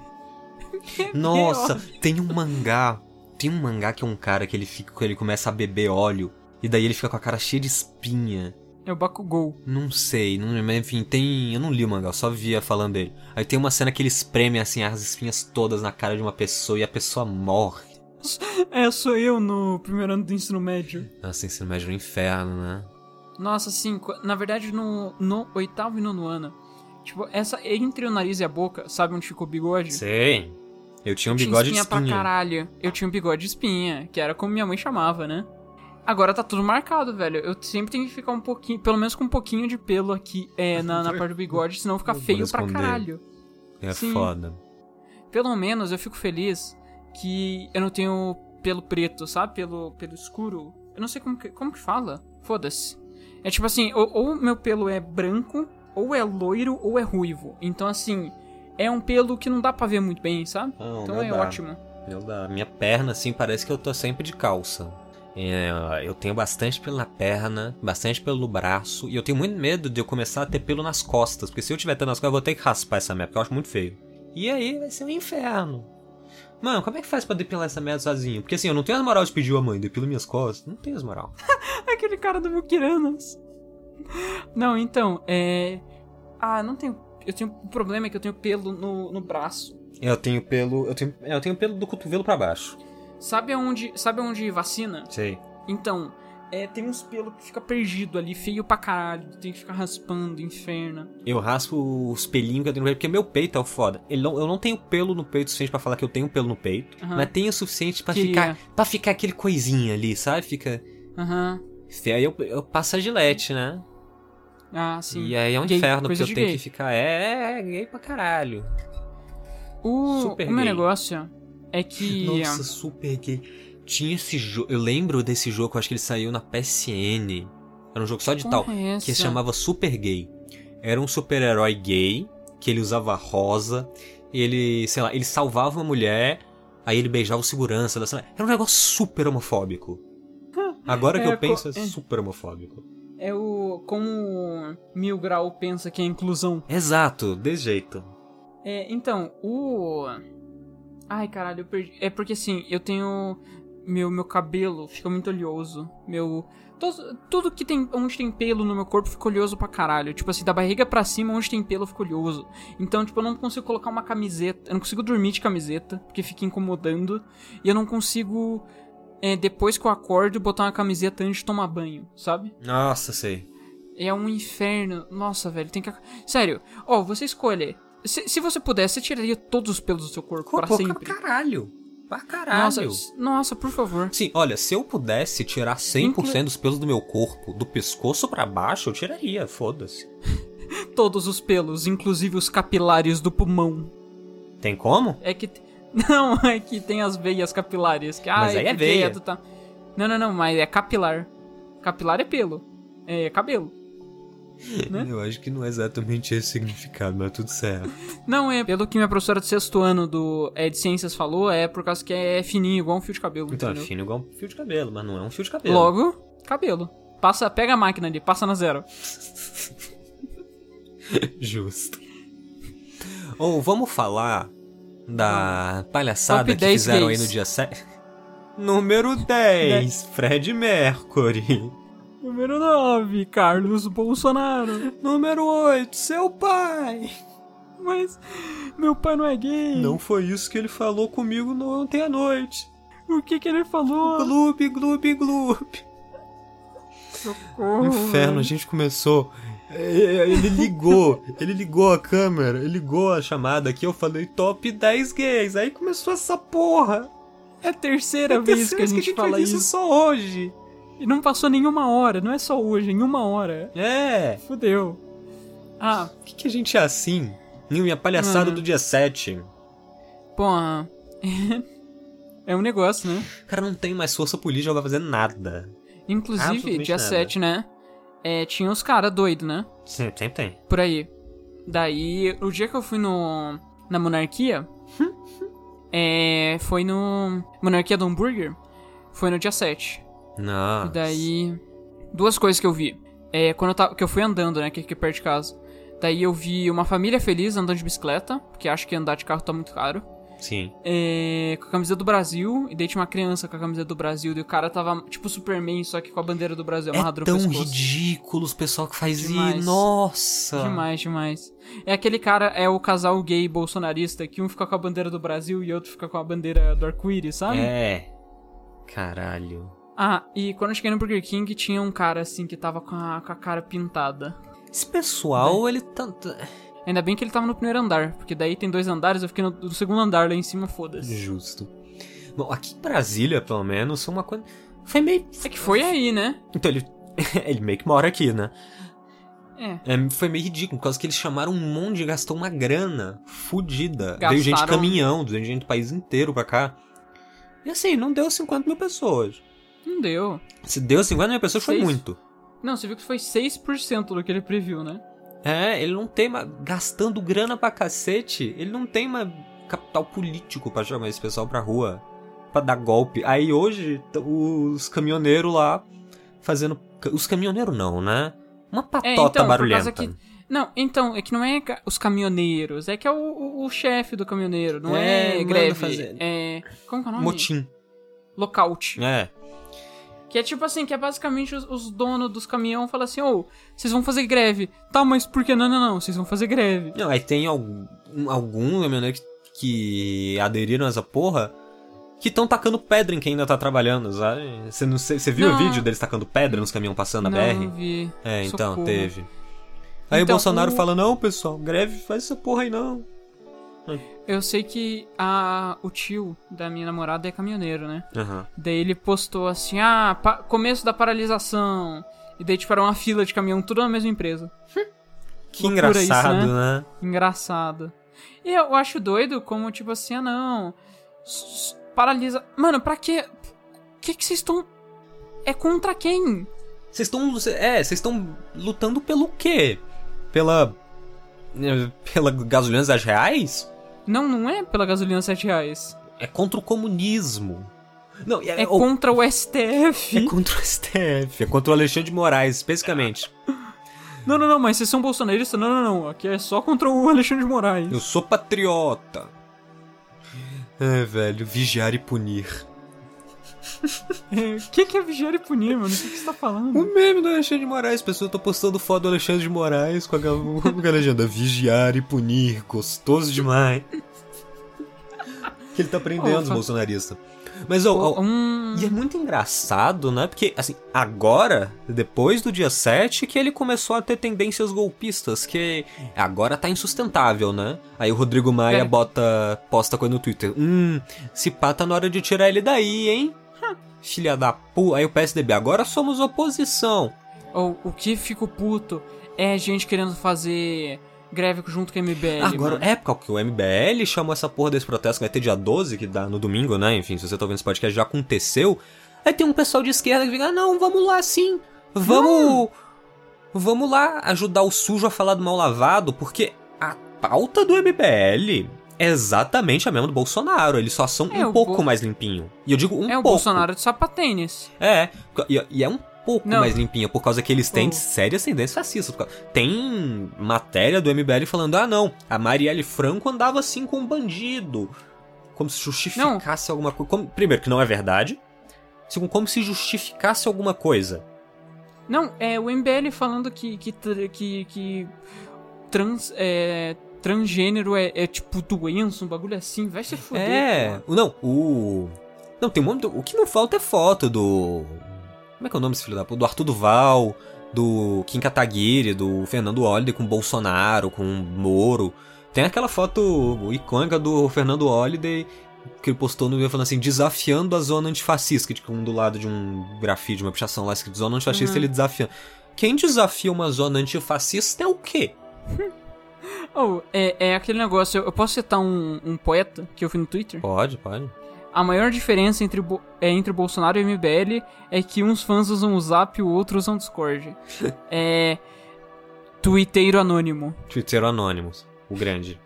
S1: Beber
S2: Nossa,
S1: óleo.
S2: tem um mangá. Tem um mangá que é um cara que ele fica, ele começa a beber óleo e daí ele fica com a cara cheia de espinha.
S1: É o Bakugou.
S2: Não sei, não, mas enfim, tem, eu não li o mangá, eu só via falando dele. Aí tem uma cena que ele espreme assim as espinhas todas na cara de uma pessoa e a pessoa morre.
S1: É, sou eu no primeiro ano do ensino médio.
S2: Nossa, ensino médio é um inferno, né?
S1: Nossa, assim, qu- na verdade, no, no oitavo e nono ano, tipo, essa entre o nariz e a boca, sabe onde ficou o bigode?
S2: Sei. Eu tinha um
S1: Tinha
S2: bigode de
S1: espinha pra
S2: espinha.
S1: caralho. Eu tinha um bigode de espinha, que era como minha mãe chamava, né? Agora tá tudo marcado, velho. Eu sempre tenho que ficar um pouquinho, pelo menos com um pouquinho de pelo aqui é, na, na parte do bigode, senão fica
S2: Vou
S1: feio pra
S2: esconder.
S1: caralho.
S2: É
S1: Sim.
S2: foda.
S1: Pelo menos eu fico feliz que eu não tenho pelo preto, sabe? Pelo, pelo escuro. Eu não sei como que, como que fala. Foda-se. É tipo assim, ou, ou meu pelo é branco, ou é loiro, ou é ruivo. Então assim, é um pelo que não dá pra ver muito bem, sabe?
S2: Não,
S1: então
S2: meu
S1: é
S2: dá.
S1: ótimo.
S2: Meu da minha perna, assim, parece que eu tô sempre de calça. É, eu tenho bastante pelo na perna, bastante pelo no braço, e eu tenho muito medo de eu começar a ter pelo nas costas, porque se eu tiver tendo nas costas, eu vou ter que raspar essa merda, porque eu acho muito feio. E aí vai ser um inferno. Mano, como é que faz pra depilar essa merda sozinho? Porque assim, eu não tenho as moral de pedir a mãe, depila minhas costas. Não tenho as moral.
S1: Aquele cara do Mukiranas. Não, então, é. Ah, não tenho. Eu tenho. O problema é que eu tenho pelo no, no braço.
S2: Eu tenho pelo. Eu tenho, é, eu tenho pelo do cotovelo pra baixo.
S1: Sabe aonde, sabe aonde vacina?
S2: Sei.
S1: Então, é, tem uns pelos que fica perdido ali, feio pra caralho, tem que ficar raspando, inferno.
S2: Eu raspo os pelinhos que eu tenho no peito, porque meu peito é o foda. Ele não- eu não tenho pelo no peito suficiente pra falar que eu tenho pelo no peito,
S1: Aham.
S2: mas tenho o suficiente pra
S1: Queria.
S2: ficar para ficar aquele coisinha ali, sabe? Fica.
S1: Aham.
S2: E Aí eu, eu passo a gilete, né?
S1: Ah, sim.
S2: E aí é um
S1: Gay,
S2: inferno, porque
S1: coisa
S2: eu
S1: de
S2: tenho
S1: gay.
S2: que ficar. É, é, é gay pra caralho.
S1: O, o
S2: é Super
S1: meu
S2: gay.
S1: negócio é que.
S2: Nossa, super gay. Tinha esse jogo. Eu lembro desse jogo, eu acho que ele saiu na PSN. Era um jogo só de tal.
S1: Porra, é
S2: que se
S1: essa?
S2: chamava Super Gay. Era um super-herói gay, que ele usava rosa, e ele, sei lá, ele salvava uma mulher, aí ele beijava o segurança da sala. Era um negócio super homofóbico. Agora que
S1: É,
S2: eu penso, é
S1: co- é.
S2: super homofóbico.
S1: É o. Como o Mil Grau pensa que é inclusão.
S2: Exato, desse jeito.
S1: É, então, o. Ai, caralho, eu perdi. É porque assim, eu tenho. Meu, meu cabelo fica muito oleoso. Meu. tos- Tudo que tem. Onde tem pelo no meu corpo fica oleoso pra caralho. Tipo assim, da barriga pra cima, onde tem pelo fica oleoso. Então, tipo, eu não consigo colocar uma camiseta. Eu não consigo dormir de camiseta, porque fica incomodando. E eu não consigo. é, depois que eu acordo, botar uma camiseta antes de tomar banho, sabe?
S2: Nossa, sei.
S1: É um inferno. Nossa, velho, tem que. ac- Sério, ó, você escolhe. Se, se você pudesse, você tiraria todos os pelos do seu corpo pra
S2: Pô,
S1: sempre.
S2: Pra caralho. Pra caralho.
S1: Nossa, s- nossa, por favor.
S2: Sim, olha, se eu pudesse tirar 100% dos pelos do meu corpo, do pescoço pra baixo, eu tiraria, foda-se.
S1: Todos os pelos, inclusive os capilares do pulmão.
S2: Tem como?
S1: É que. t- Não, é que tem as veias capilares. Que,
S2: Mas
S1: ai,
S2: aí é
S1: que
S2: veia.
S1: quieto, tá. Não, não, não, mas é capilar. Capilar é pelo. É cabelo. Né?
S2: Eu acho que não é exatamente esse o significado, mas tudo certo.
S1: Não, é pelo que minha professora de sexto ano do, é, de ciências falou, é por causa que é fininho, igual um fio de cabelo.
S2: Então, é
S1: entendeu?
S2: fino igual um fio de cabelo, mas não é um fio de cabelo.
S1: Logo, cabelo. Passa, pega a máquina ali, passa na zero.
S2: Justo. Ou vamos falar da palhaçada
S1: Top
S2: que
S1: 10
S2: fizeram
S1: gays. Né?
S2: aí no dia 7. Número 10, Fred Mercury.
S1: Número 9, Carlos Bolsonaro.
S2: Número 8, seu pai.
S1: Mas meu pai não é gay.
S2: Não foi isso que ele falou comigo ontem à noite.
S1: O que que ele falou?
S2: Gloob, gloob, gloob.
S1: Socorro.
S2: é Inferno, a gente começou. é, é, Ele ligou, ele ligou a câmera, ele ligou a chamada aqui, eu falei top 10 gays. Aí começou essa porra.
S1: É a terceira
S2: É a
S1: vez que
S2: terceira
S1: a gente fala
S2: faz
S1: isso.
S2: só hoje.
S1: E não passou nenhuma hora, não é só hoje, em uma hora.
S2: É.
S1: Fudeu. Ah,
S2: Por que, que a gente é assim? Em Minha palhaçada
S1: Uhum.
S2: do dia 7.
S1: porra. É um negócio, né?
S2: Cara, não tem mais força política pra fazer nada.
S1: Inclusive,
S2: Absolutamente
S1: dia
S2: nada.
S1: 7, né? É, tinha uns caras doidos, né?
S2: Sempre, sempre tem.
S1: Por aí. Daí, o dia que eu fui no. na monarquia. é, foi no. Monarquia do Hambúrguer. Foi no dia 7.
S2: Não.
S1: E daí. Duas coisas que eu vi. É, quando eu tava. Que eu fui andando, né? Que aqui perto de casa. Daí eu vi uma família feliz andando de bicicleta, porque acho que andar de carro tá muito caro.
S2: Sim.
S1: É, com a camisa do Brasil, e daí tinha uma criança com a camisa do Brasil, e o cara tava tipo Superman, só que com a bandeira do Brasil
S2: É
S1: amarrado
S2: tão
S1: no pescoço.
S2: ridículo os pessoal que faz
S1: Demais.
S2: isso. Nossa.
S1: Demais, demais. É aquele cara, é o casal gay bolsonarista, que um fica com a bandeira do Brasil e outro fica com a bandeira do arco-íris, sabe?
S2: É. Caralho.
S1: Ah, e quando eu cheguei no Burger King, tinha um cara assim que tava com a, com a cara pintada.
S2: Esse
S1: Né?
S2: pessoal, ele tá, é tanto.
S1: Ainda bem que ele tava no primeiro andar, porque daí tem dois andares, eu fiquei no, no segundo andar lá em cima, foda-se.
S2: Justo. Bom, aqui em Brasília, pelo menos, uma coisa. Foi meio.
S1: É que foi aí, né?
S2: Então ele. ele meio que mora aqui, né?
S1: É.
S2: É, foi meio ridículo, por causa que eles chamaram um monte e gastou uma grana fudida.
S1: Gastaram-
S2: Veio gente caminhão, veio gente do país inteiro pra cá. E assim, não deu 50 mil pessoas.
S1: Não deu.
S2: Se deu 50 mil pessoas, foi
S1: Seis.
S2: muito.
S1: Não, você viu que foi 6% do que ele previu, né?
S2: É, ele não tem uma... Gastando grana pra cacete, ele não tem uma capital político pra chamar esse pessoal pra rua. Pra dar golpe. Aí hoje, t- os caminhoneiros lá fazendo... Os caminhoneiros não, né? Uma patota
S1: É, então, por causa
S2: barulhenta.
S1: que- Não, então, é que não é ca- os caminhoneiros, é que é o, o- o chefe do caminhoneiro, não é,
S2: É, manda
S1: greve.
S2: fazer.
S1: É. Como que é o nome?
S2: Motim.
S1: Lockout.
S2: É.
S1: Que é tipo assim, que é basicamente os, os donos dos caminhões falam assim, ô, vocês vão fazer greve. Tá, mas por que não, não, não? Vocês vão fazer greve.
S2: Não, aí tem algum, um, algum caminhoneiro né, que, que aderiram a essa porra que estão tacando pedra em quem ainda tá trabalhando, sabe? Você, não, você, você viu
S1: Não.
S2: o vídeo deles tacando pedra nos caminhões passando a
S1: não,
S2: BR?
S1: não vi.
S2: É, então,
S1: Socorro.
S2: teve. Aí o
S1: Então,
S2: Bolsonaro
S1: o-
S2: fala, não, pessoal, greve, faz essa porra aí não.
S1: Eu sei que a, o tio da minha namorada é caminhoneiro, né?
S2: Aham.
S1: Daí ele postou assim, ah, pa- começo da paralisação. E daí, tipo, era uma fila de caminhão, tudo na mesma empresa.
S2: Que
S1: Loucura isso, né?
S2: engraçado, né?
S1: Engraçado. E eu acho doido como, tipo assim, ah não. s- s- Paralisa. Mano, pra quê? O que que vocês estão. É contra quem?
S2: Vocês estão. É, vocês estão lutando pelo quê? Pela. eh, Pela gasolina das reais?
S1: Não, não é pela gasolina R$ 7 reais.
S2: É contra o comunismo. Não, é,
S1: É,
S2: ou-
S1: contra o STF.
S2: É contra o STF, é contra o Alexandre de Moraes, especificamente.
S1: Não, não, não, mas vocês são bolsonaristas? Não, não, não. Aqui é só contra o Alexandre de Moraes.
S2: Eu sou patriota. É, velho, vigiar e punir.
S1: É, O que, que é vigiar e punir, mano? O que, que você tá
S2: O
S1: falando?
S2: meme do Alexandre de Moraes, pessoal, tá postando foto do Alexandre de Moraes com a, gal- com a legenda vigiar e punir, gostoso demais. que ele tá prendendo os
S1: Ufa.
S2: bolsonaristas. Mas, ó, ó,
S1: Hum,
S2: E é muito engraçado, né? Porque, assim, agora, depois do dia 7, que ele começou a ter tendências golpistas, que agora tá insustentável, né? Aí o Rodrigo Maia
S1: Pera.
S2: bota, posta coisa no Twitter. Hum, se pá, tá na hora de tirar ele daí, hein? Filha da pu... Aí o PSDB, agora somos oposição.
S1: ou o que fico puto é gente querendo fazer greve junto com a MBL.
S2: agora,
S1: mano.
S2: é porque o MBL chamou essa porra desse protesto, que vai ter dia 12, que dá no domingo, né? Enfim, se você tá ouvindo esse podcast, já aconteceu. Aí tem um pessoal de esquerda que fica, "Ah, não, vamos lá sim. Vamos. Vamos lá ajudar o sujo a falar do mal lavado, porque a pauta do MBL é exatamente a mesma do Bolsonaro. Eles só são
S1: É,
S2: um
S1: o
S2: pouco
S1: Bo-
S2: mais limpinho. E eu digo um
S1: é o
S2: pouco.
S1: Bolsonaro de sapatênis.
S2: É, e, e é um pouco
S1: Não.
S2: mais limpinha, por causa que eles têm
S1: O-
S2: sérias tendências fascistas. por causa- Tem matéria do MBL falando, ah não, a Marielle Franco andava assim com um bandido. Como se justificasse alguma coisa. primeiro, que não é verdade. Segundo, como se justificasse alguma coisa.
S1: Não, é o MBL falando que que tr- que, que trans é, transgênero é, é, tipo doença, um bagulho assim, vai se fuder.
S2: é,
S1: cara.
S2: não, o... Não, tem um monte... O que não falta é foto do... Como é que é o nome desse filho da puta? Do Arthur Duval, do Kim Kataguiri, do Fernando Holliday com Bolsonaro, com Moro. Tem aquela foto icônica do Fernando Holliday que ele postou no vídeo falando assim, desafiando a zona antifascista, que tipo, um do lado de um grafite, uma pichação lá escrito zona antifascista,
S1: Uhum.
S2: ele desafia. Quem desafia uma zona antifascista é o quê?
S1: Ou, é, é aquele negócio, eu, eu posso citar um, um poeta que eu vi no Twitter?
S2: Pode, pode.
S1: A maior diferença entre, o Bo- é, entre o Bolsonaro e o MBL é que uns fãs usam o Zap e o outro usam o Discord. é. Twitteiro anônimo.
S2: Twitter Anonymous, o grande.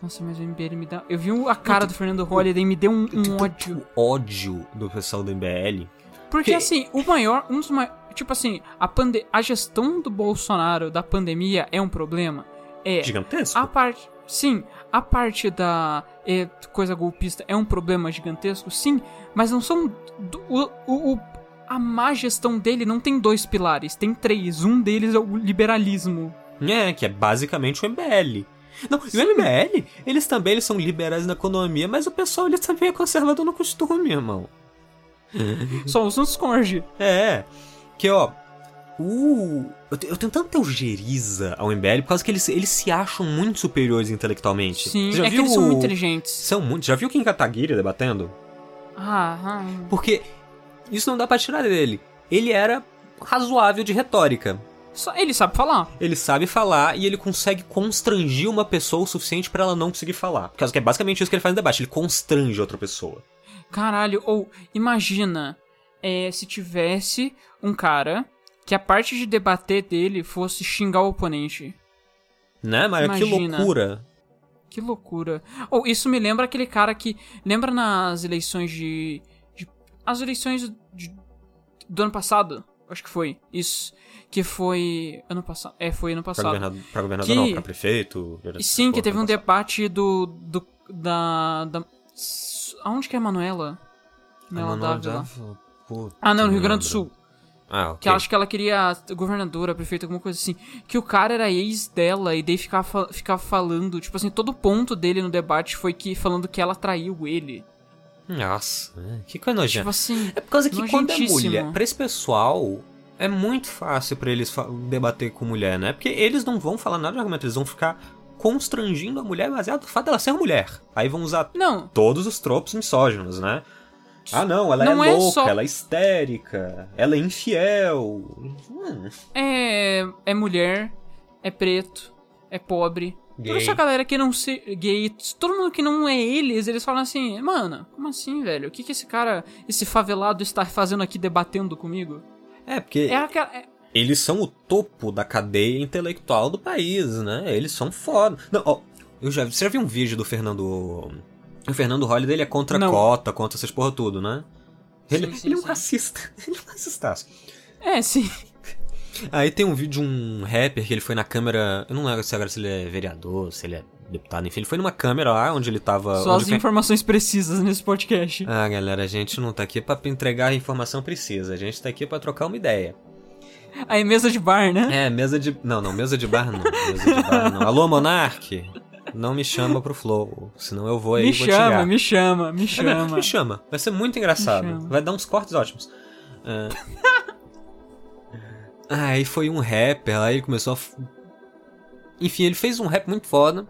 S1: Nossa, mas o MBL me dá. Eu vi o- a cara do Fernando Holliday e me deu um,
S2: Eu tenho
S1: um ódio.
S2: tanto tipo, ódio do pessoal do MBL.
S1: Porque
S2: Que-
S1: assim, o maior, um dos maiores. Tipo assim, a, pande a gestão do Bolsonaro da pandemia é um problema? É.
S2: Gigantesco.
S1: A parte. Sim, a parte da é, coisa golpista é um problema gigantesco, sim, mas não são. do- o, o- o- a má gestão dele não tem dois pilares, tem três. Um deles é o liberalismo.
S2: É, que é basicamente o MBL. Não, e o MBL, eles também eles são liberais na economia, mas o pessoal ele também é conservador no costume, irmão. Uhum.
S1: Só usa um Discord.
S2: É. Que ó. O. Eu, te- eu tenho tanta algeriza ao MBL por causa que eles, eles se acham muito superiores intelectualmente.
S1: Sim,
S2: Você já
S1: é que
S2: viu
S1: eles são
S2: o-
S1: muito inteligentes.
S2: São muito. Já viu Kim Kataguiri debatendo?
S1: Ah, ah,
S2: Porque isso não dá pra tirar dele. Ele era razoável de retórica.
S1: só ele sabe falar.
S2: Ele sabe falar e ele consegue constrangir uma pessoa o suficiente pra ela não conseguir falar. Por causa que é basicamente isso que ele faz no debate. Ele constrange outra pessoa.
S1: Caralho, ou imagina é, se tivesse um cara que a parte de debater dele fosse xingar o oponente.
S2: Né, Maria? Que
S1: Imagina.
S2: loucura.
S1: Que loucura. Ou isso me lembra aquele cara que. Lembra nas eleições de. de- as eleições de- do ano passado? Acho que foi. Isso. Que foi. Ano passado. É, foi ano
S2: Pra
S1: passado.
S2: governador, pra governador
S1: Que-
S2: não, pra prefeito.
S1: E sim, que teve um
S2: debate.
S1: debate do. do da. da. Aonde que é a Manuela? Manuela Dávila. Ah, não, no Rio Grande do Sul.
S2: Ah, ok.
S1: Que eu acho que ela queria governadora, prefeita, alguma coisa assim. Que o cara era ex dela e daí ficava, fa- ficava falando. Tipo assim, todo ponto dele no debate foi que falando que ela traiu ele.
S2: Nossa, é, que coisa nojenta.
S1: Tipo assim.
S2: É por causa que quando é
S1: Nojentíssimo.
S2: mulher, pra esse pessoal, é muito fácil pra eles fa- debater com mulher, né? Porque eles não vão falar nada de argumento, eles vão ficar constrangindo a mulher baseado no fato dela ser mulher. Aí vão usar
S1: Não,
S2: todos os tropos misóginos, né? Ah, não, ela
S1: Não
S2: é
S1: é
S2: louca,
S1: só-
S2: ela é histérica, ela é infiel. Hum,
S1: é. É mulher, é preto, é pobre.
S2: Gay.
S1: Toda essa galera que não se. gay, todo mundo que não é eles, eles falam assim, mano, como assim, velho? O que, que esse cara, esse favelado está fazendo aqui debatendo comigo?
S2: É, porque
S1: É aquela. é-
S2: eles são o topo da cadeia intelectual do país, né? Eles são foda. Não, ó, eu já, você já viu um vídeo do Fernando. O Fernando Holliday, ele é contra a
S1: Não.
S2: cota, contra essas porra tudo, né? Ele,
S1: Sim, sim,
S2: ele é um
S1: sim.
S2: racista. Ele é um racistaço.
S1: É, sim.
S2: Aí tem um vídeo de um rapper que ele foi na câmera. Eu não lembro se agora se ele é vereador, se ele é deputado, enfim. Ele foi numa câmera lá onde ele tava.
S1: Só as
S2: Ah, onde é? o
S1: informações precisas nesse podcast.
S2: ah, galera, a gente não tá aqui pra entregar a informação precisa, a gente tá aqui pra trocar uma ideia.
S1: Aí, mesa de bar, né?
S2: Ah. É, mesa de. Não, não, mesa de bar não. Mesa de bar não. Alô, Monark? Não me chama pro Flow, senão eu vou aí
S1: me
S2: vou
S1: chama,
S2: tirar.
S1: me chama, me
S2: É mesmo,
S1: chama.
S2: me chama. Vai ser muito
S1: Me
S2: engraçado.
S1: chama.
S2: Vai dar uns cortes ótimos. É. aí foi um rapper, aí ele começou a. f- Enfim, ele fez um rap muito foda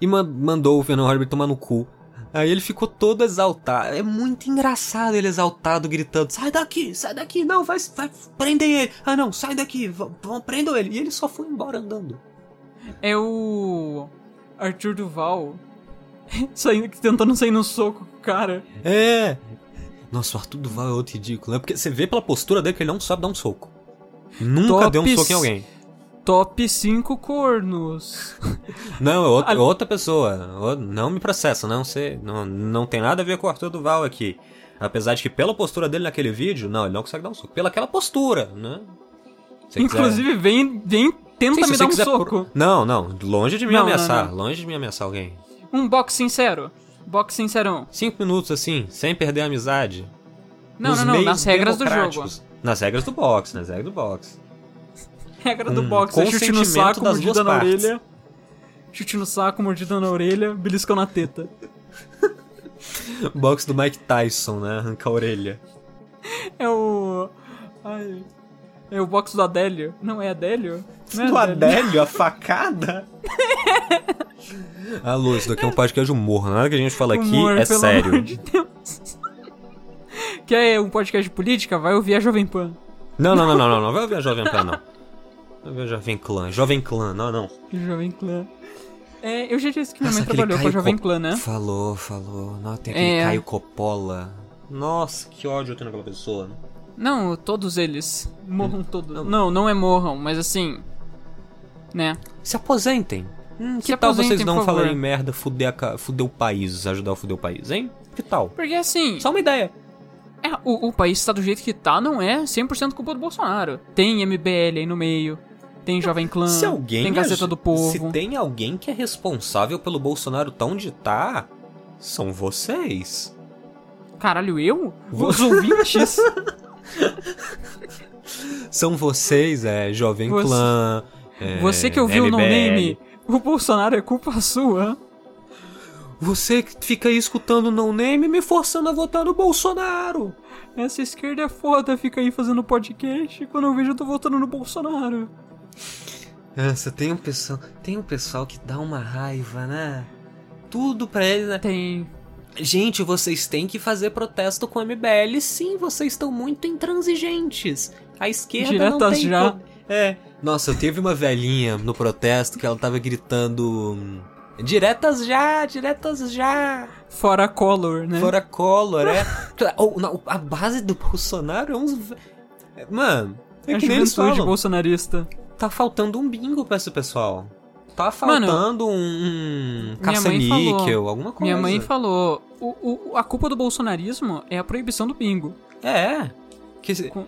S2: e ma- mandou o Fernando Hollywood tomar no cu. Aí ele ficou todo exaltado. É muito engraçado ele exaltado, gritando: sai daqui, sai daqui, não, vai, vai prender ele. Ah, não, sai daqui, vão, vão prendam ele. E ele só foi embora andando.
S1: É o Arthur Duval saindo, tentando sair no soco com o cara.
S2: É! Nossa, o Arthur Duval é outro ridículo, né? Porque você vê pela postura dele que ele não sabe dar um soco. Nunca
S1: Tops.
S2: deu um soco em alguém.
S1: Top 5 cornos.
S2: Não, é outra,
S1: Ah.
S2: outra pessoa. Ou- Não me processa, não sei. Não, não tem nada a ver com o Arthur Duval aqui. Apesar de que pela postura dele naquele vídeo, não, ele não consegue dar um soco. Pela aquela postura, né? Se quiser-
S1: Inclusive, vem, vem, tenta
S2: Sim, se
S1: me
S2: você
S1: dar um
S2: quiser
S1: soco.
S2: pro- Não, não. Longe de me
S1: Não, não,
S2: ameaçar.
S1: não.
S2: Longe de me ameaçar alguém.
S1: Um box sincero. Box sincerão.
S2: Cinco minutos assim, sem perder a amizade.
S1: Não,
S2: nos
S1: não, não.
S2: meios
S1: Nas regras do jogo.
S2: democráticos. Nas regras do boxe, nas regras do boxe.
S1: Regra
S2: Com
S1: do box. É chute no
S2: Hum, consentimento
S1: saco,
S2: das
S1: mordida
S2: duas
S1: na
S2: partes.
S1: orelha. Chute no saco, mordida na orelha, beliscão na teta.
S2: Box do Mike Tyson, né? Arranca a orelha.
S1: É o. Ai. É o box do Adélio. Não é Adélio? Não é
S2: do Adélio, a facada? Alô, isso daqui é um podcast de humor. Nada que a gente fala aqui
S1: Humor,
S2: é
S1: pelo
S2: sério.
S1: amor de Deus. Quer um podcast de política? Vai ouvir a Jovem Pan.
S2: Não, não, não, não, não, não. Vai ver a Jovem Pan, não. Vai ver a Jovem Clã. Jovem Clã, não, não.
S1: Jovem Clã. É, eu já disse que minha
S2: Nossa,
S1: mãe
S2: aquele
S1: trabalhou com a
S2: Caio
S1: Jovem
S2: Cop-
S1: Clã, né?
S2: Falou, falou. Não, tem aquele
S1: É.
S2: Caio Coppola. Nossa, que ódio eu tenho naquela pessoa.
S1: Não, todos eles. Morram todos. Não, não é morram, mas assim. Né?
S2: Se aposentem. Hum, que
S1: Se
S2: tal
S1: aposentem,
S2: vocês
S1: por
S2: não
S1: favor.
S2: falarem merda, fuder, a ca- fuder o país, ajudar a fuder o país, hein? Que tal?
S1: Porque assim.
S2: Só uma ideia.
S1: É, o, o país está do jeito que tá, não é 100% culpa do Bolsonaro. Tem MBL aí no meio, tem Jovem Clã,
S2: Então, Se alguém.
S1: tem Gazeta
S2: aj-
S1: do Povo.
S2: Se tem alguém que é responsável pelo Bolsonaro tão onde tá, são vocês.
S1: Caralho, eu?
S2: Vo-
S1: Os ouvintes?
S2: São vocês, é, Jovem
S1: Você-
S2: Clã. é,
S1: Você que ouviu o No
S2: MBL.
S1: Name, o Bolsonaro é culpa sua.
S2: Você que fica aí escutando o No Name me forçando a votar no Bolsonaro.
S1: Essa esquerda é foda, fica aí fazendo podcast e quando eu vejo eu tô votando no Bolsonaro.
S2: Nossa, tem um pessoal, tem um pessoal que dá uma raiva, né? Tudo pra ele, né?
S1: Tem.
S2: Gente, vocês têm que fazer protesto com o MBL. Sim, vocês estão muito intransigentes. A esquerda não
S1: Diretas
S2: tem...
S1: já.
S2: pro- É. Nossa, teve uma velhinha no protesto que ela tava gritando... hum, Diretas já, diretas já.
S1: Fora Collor, né?
S2: Fora Collor, é. Ou, não, a base do Bolsonaro é uns... ve- Mano, é
S1: a
S2: que nem eles falam.
S1: juventude bolsonarista.
S2: Tá faltando um bingo pra esse pessoal. Tá
S1: Mano,
S2: faltando um, um
S1: minha mãe
S2: caça-níquel,
S1: falou-
S2: alguma coisa.
S1: Minha mãe falou, o, o- a culpa do bolsonarismo é a proibição do bingo.
S2: É. Que se-
S1: Com-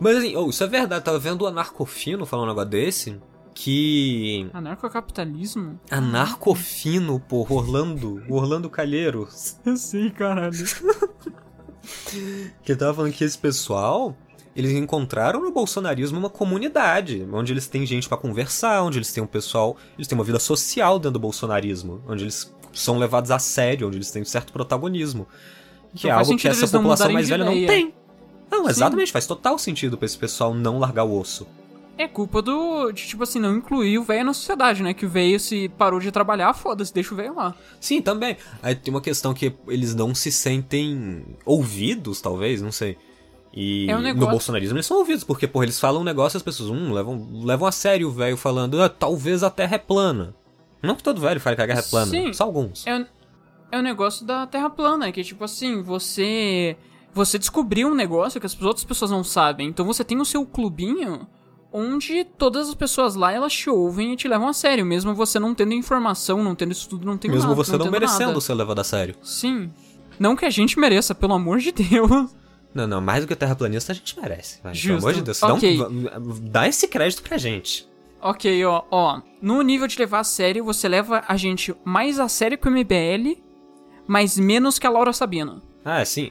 S2: Mas assim, oh, isso é verdade. Tava vendo o anarcofino falando um negócio desse. Que.
S1: Anarcocapitalismo?
S2: Anarcofino, porra, Orlando. o Orlando Calheiros.
S1: Eu sei, caralho.
S2: Que tava falando que esse pessoal. Eles encontraram no bolsonarismo uma comunidade, onde eles têm gente pra conversar, onde eles têm um pessoal, eles têm uma vida social dentro do bolsonarismo, onde eles são levados a sério, onde eles têm um certo protagonismo. Que
S1: Então
S2: é
S1: faz
S2: algo que
S1: sentido
S2: essa
S1: eles não
S2: população
S1: mudarem
S2: mais
S1: de
S2: velha não
S1: ideia.
S2: tem. Não,
S1: Sim.
S2: exatamente, faz total sentido pra esse pessoal não largar o osso.
S1: É culpa do. de, tipo assim, não incluir o velho na sociedade, né? Que o velho se parou de trabalhar, foda-se, deixa o velho lá.
S2: Sim, também. Aí tem uma questão que eles não se sentem ouvidos, talvez, não sei. E
S1: É um
S2: no
S1: negócio-
S2: bolsonarismo eles são ouvidos, porque, porra, eles falam um negócio e as pessoas hum, levam, levam a sério o velho falando, ah, talvez a Terra é plana. Não que todo velho fale que a Terra é plana,
S1: Sim.
S2: só alguns.
S1: É o, é o negócio da Terra plana, que tipo assim, você. Você descobriu um negócio que as outras pessoas não sabem. Então você tem o seu clubinho onde todas as pessoas lá elas te ouvem e te levam a sério. Mesmo você não tendo informação, não tendo estudo, não tendo
S2: Mesmo
S1: nada,
S2: você não,
S1: tendo
S2: merecendo
S1: nada.
S2: ser levado a sério.
S1: Sim. Não que a gente mereça, pelo amor de Deus.
S2: Não, não, mais do que terraplanista a gente merece. Vai, pelo
S1: Justo.
S2: amor de Deus, dá, um-
S1: Ok.
S2: v- dá esse crédito pra gente.
S1: Ok, ó, ó. No nível de levar a sério, você leva a gente mais a sério que o MBL, mas menos que a Laura Sabino.
S2: Ah, sim.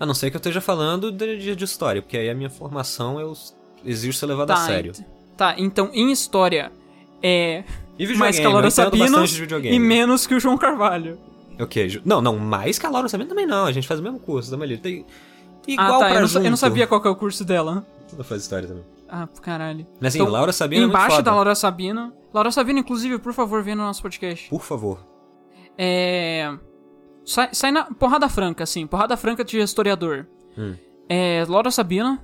S2: A não ser que eu esteja falando de, de- de história, porque aí a minha formação eu s- exijo ser levado a sério.
S1: ent- Tá, então em história é
S2: E
S1: mais que a
S2: eu
S1: Laura
S2: entendo
S1: Sabino
S2: bastante de videogame.
S1: e menos que o João Carvalho.
S2: Ok, ju- não, não, mais que a Laura Sabino também não, a gente faz o mesmo curso, dá ali. Tem... Igual
S1: Ah, tá,
S2: pra
S1: eu não, sa- eu não
S2: junto.
S1: sabia qual que é o curso dela.
S2: Ela faz história também.
S1: Ah, pô, caralho.
S2: Mas assim,
S1: Então,
S2: Laura Sabino é muito
S1: Embaixo
S2: foda.
S1: da Laura Sabino. Laura Sabino, inclusive, por favor, vem no nosso podcast.
S2: Por favor.
S1: É. Sai, sai na porrada franca, assim. Porrada franca de historiador.
S2: Hum.
S1: É. Laura Sabina,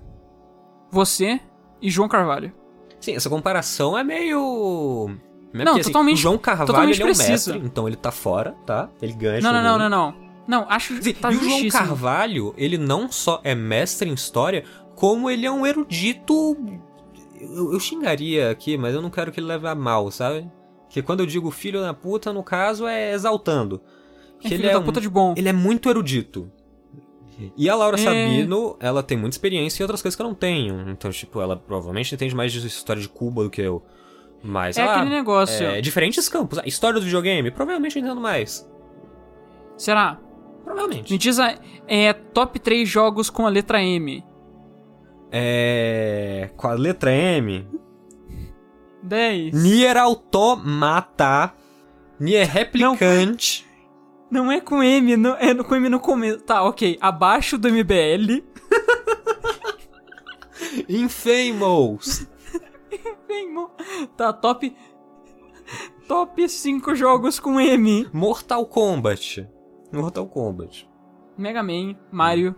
S1: você e João Carvalho.
S2: Sim, essa comparação é meio... Não,
S1: totalmente-
S2: o João Carvalho
S1: totalmente
S2: ele é um
S1: precisa.
S2: mestre, então ele tá fora, tá? Ele ganha.
S1: Não, não,
S2: todo
S1: não, não,
S2: mundo.
S1: não. Não, acho
S2: Quer
S1: que
S2: dizer,
S1: tá
S2: e o João
S1: justíssimo.
S2: Carvalho, ele não só é mestre em história, como ele é um erudito. Eu, eu xingaria aqui, mas eu não quero que ele leve a mal, sabe? Porque quando eu digo filho da puta, no caso é exaltando.
S1: É
S2: Que
S1: filho
S2: ele, é
S1: da
S2: um-
S1: puta de bom.
S2: ele é muito erudito. E a Laura
S1: É.
S2: Sabino, ela tem muita experiência e outras coisas que eu não tenho. Então, tipo, ela provavelmente entende mais de história de Cuba do que eu. Mas,
S1: É
S2: sei lá,
S1: aquele negócio.
S2: é, diferentes campos. A história do videogame, provavelmente eu entendo mais.
S1: Será?
S2: Provavelmente.
S1: Me diz a, é, top 3 jogos com a letra M.
S2: É. Com a letra M.
S1: 10.
S2: Nier Automata. Nier Replicante.
S1: Não é com M, não, é no- com M no começo. Tá, ok. Abaixo do MBL.
S2: Infamous.
S1: Bem, mo- Tá, top. Top 5 jogos com M.
S2: Mortal Kombat. Mortal Kombat.
S1: Mega Man, Mario.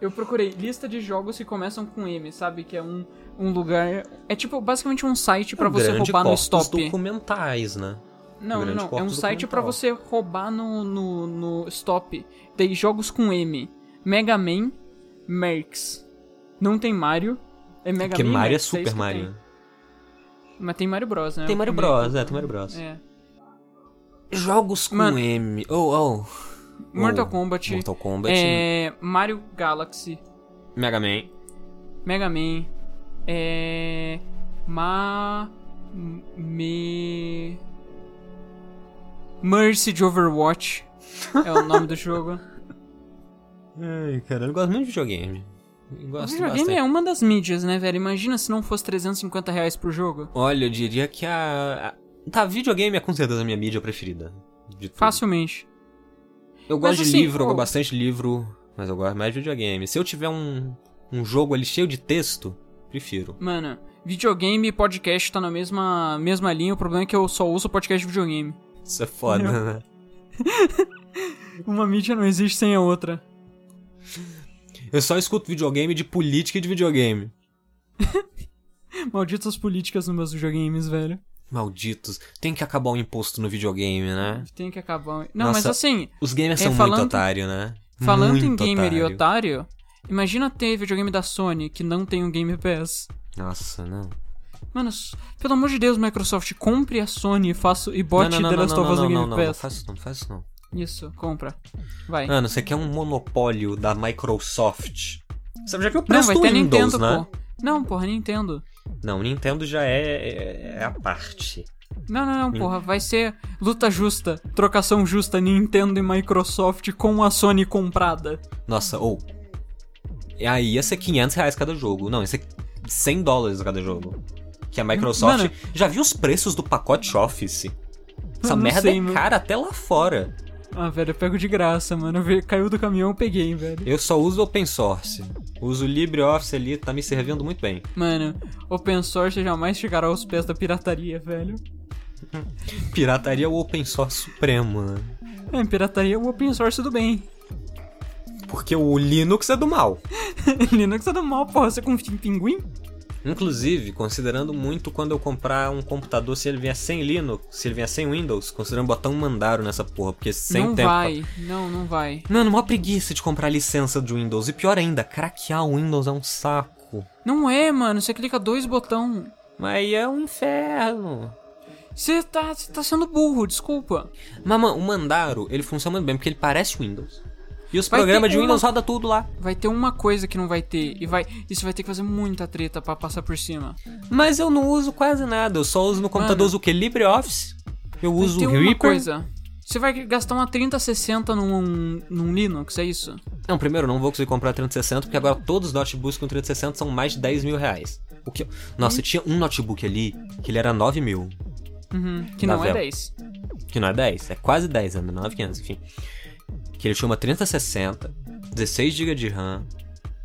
S1: Eu procurei lista de jogos que começam com M, sabe? Que é um, um lugar. É tipo basicamente um site pra
S2: Um
S1: você
S2: grande
S1: roubar no
S2: corpus
S1: stop.
S2: documentais, né?
S1: Não,
S2: Grande
S1: não, é
S2: corpus
S1: um
S2: documental.
S1: site pra você roubar no, no, no stop. Tem jogos com M. Mega Man, Mercs. Não tem Mario. É Mega
S2: Porque
S1: Man. e
S2: Mario é
S1: Mercs, isso
S2: Super
S1: que
S2: Mario.
S1: tem. Mas tem Mario Bros, né?
S2: Tem Mario
S1: O primeiro.
S2: Bros, é, tem Mario Bros.
S1: É.
S2: Jogos com
S1: Mano.
S2: M. Oh, oh.
S1: É. Mortal
S2: Oh,
S1: Kombat.
S2: Mortal Kombat.
S1: é, Mario Galaxy.
S2: Mega Man.
S1: Mega Man. É. Ma. Me. Mercy de Overwatch. É o nome do jogo.
S2: Ai, cara, eu gosto muito de videogame. Eu
S1: O
S2: Gosto
S1: videogame
S2: bastante.
S1: é uma das mídias, né, velho? Imagina se não fosse 350 reais pro jogo.
S2: Olha, eu diria que a... a- Tá, videogame é com certeza a minha mídia preferida. De tudo.
S1: Facilmente.
S2: Eu
S1: Mas
S2: gosto de
S1: assim,
S2: livro, eu
S1: pô-
S2: gosto bastante de livro, mas eu gosto mais de videogame. Se eu tiver um, um jogo ali cheio de texto, prefiro.
S1: Mano, videogame e podcast tá na mesma, mesma linha. O problema é que eu só uso podcast de videogame.
S2: Isso é foda,
S1: Meu.
S2: né?
S1: Uma mídia não existe sem a outra.
S2: Eu só escuto videogame de política e de videogame.
S1: Malditas políticas nos meus videogames, velho.
S2: Malditos, tem que acabar o imposto no videogame, né?
S1: Tem que acabar. Não, mas
S2: Nossa,
S1: assim,
S2: Os gamers
S1: É,
S2: são
S1: falando-
S2: muito otário, né?
S1: Falando
S2: Muito
S1: em gamer e
S2: otário.
S1: otário, imagina ter videogame da Sony que não tem um Game Pass.
S2: Nossa, não.
S1: Mano, s- pelo amor de Deus, Microsoft, compre a Sony e, faça, e
S2: Não,
S1: bote
S2: não, não,
S1: The
S2: não,
S1: Last
S2: não,
S1: of Us
S2: não,
S1: no
S2: não,
S1: Game
S2: não, não
S1: Pass. É.
S2: faz isso não, não faz isso não.
S1: Isso, compra. Vai.
S2: Mano, você quer um monopólio da Microsoft? Você já viu o
S1: não,
S2: preço
S1: vai
S2: do
S1: ter
S2: Windows,
S1: Nintendo,
S2: né?
S1: pô. Não, porra, Nintendo.
S2: Não, Nintendo já é, é a parte.
S1: Não, não, não, porra, vai ser luta justa, trocação justa, Nintendo e Microsoft com a Sony comprada.
S2: Nossa, ou. é Aí ia ser 500 reais cada jogo. Não, ia ser 100 dólares cada jogo. Que a Microsoft.
S1: Mano.
S2: Já viu os preços do pacote Office? Essa
S1: Eu não
S2: merda
S1: sei,
S2: é
S1: mano.
S2: cara até lá fora.
S1: Ah, velho, eu pego de graça, mano. Eu vi- Caiu do caminhão, eu peguei, velho.
S2: Eu só uso open source. Uso LibreOffice ali, tá me servindo muito bem.
S1: Mano, open source jamais chegará aos pés da pirataria, velho.
S2: Pirataria é o open source supremo, né?
S1: É, pirataria é o open source do bem.
S2: Porque o Linux é do mal.
S1: Linux é do mal, porra. Você confia em pinguim?
S2: Inclusive, considerando muito quando eu comprar um computador, se ele vier sem Linux, se ele vier sem Windows, considerando botar um Mandaro nessa porra, porque sem
S1: não
S2: tempo. pra
S1: vai. Não, não vai.
S2: Mano, mó preguiça de comprar licença de Windows. E pior ainda, craquear o Windows é um saco.
S1: Não é, mano. Você clica dois botão.
S2: Mas é um inferno.
S1: Você tá, você tá sendo burro, desculpa.
S2: Mas, mano, o Mandaro, ele funciona muito bem porque ele parece Windows. E os
S1: Vai
S2: programas
S1: ter
S2: de Windows
S1: uma-
S2: roda tudo lá.
S1: Vai ter uma coisa que não vai ter. E vai. Isso vai ter que fazer muita treta pra passar por cima.
S2: Mas eu não uso quase nada. Eu só uso no computador
S1: Mano.
S2: o que? LibreOffice. Eu
S1: Vai
S2: uso
S1: ter
S2: o
S1: uma
S2: Reaper.
S1: coisa. Você vai gastar uma 3060 num, num Linux, é isso?
S2: Não, primeiro, eu não vou conseguir comprar 360, porque agora todos os notebooks com 360 são mais de 10 mil reais. O que...
S1: Hum?
S2: Nossa, tinha um notebook ali que ele era 9 mil.
S1: Uhum, que
S2: Dá
S1: não é
S2: vela.
S1: 10.
S2: que não é 10, é quase 10 ainda, 9,500, enfim. Que ele tinha uma 3060, 16 GB de RAM,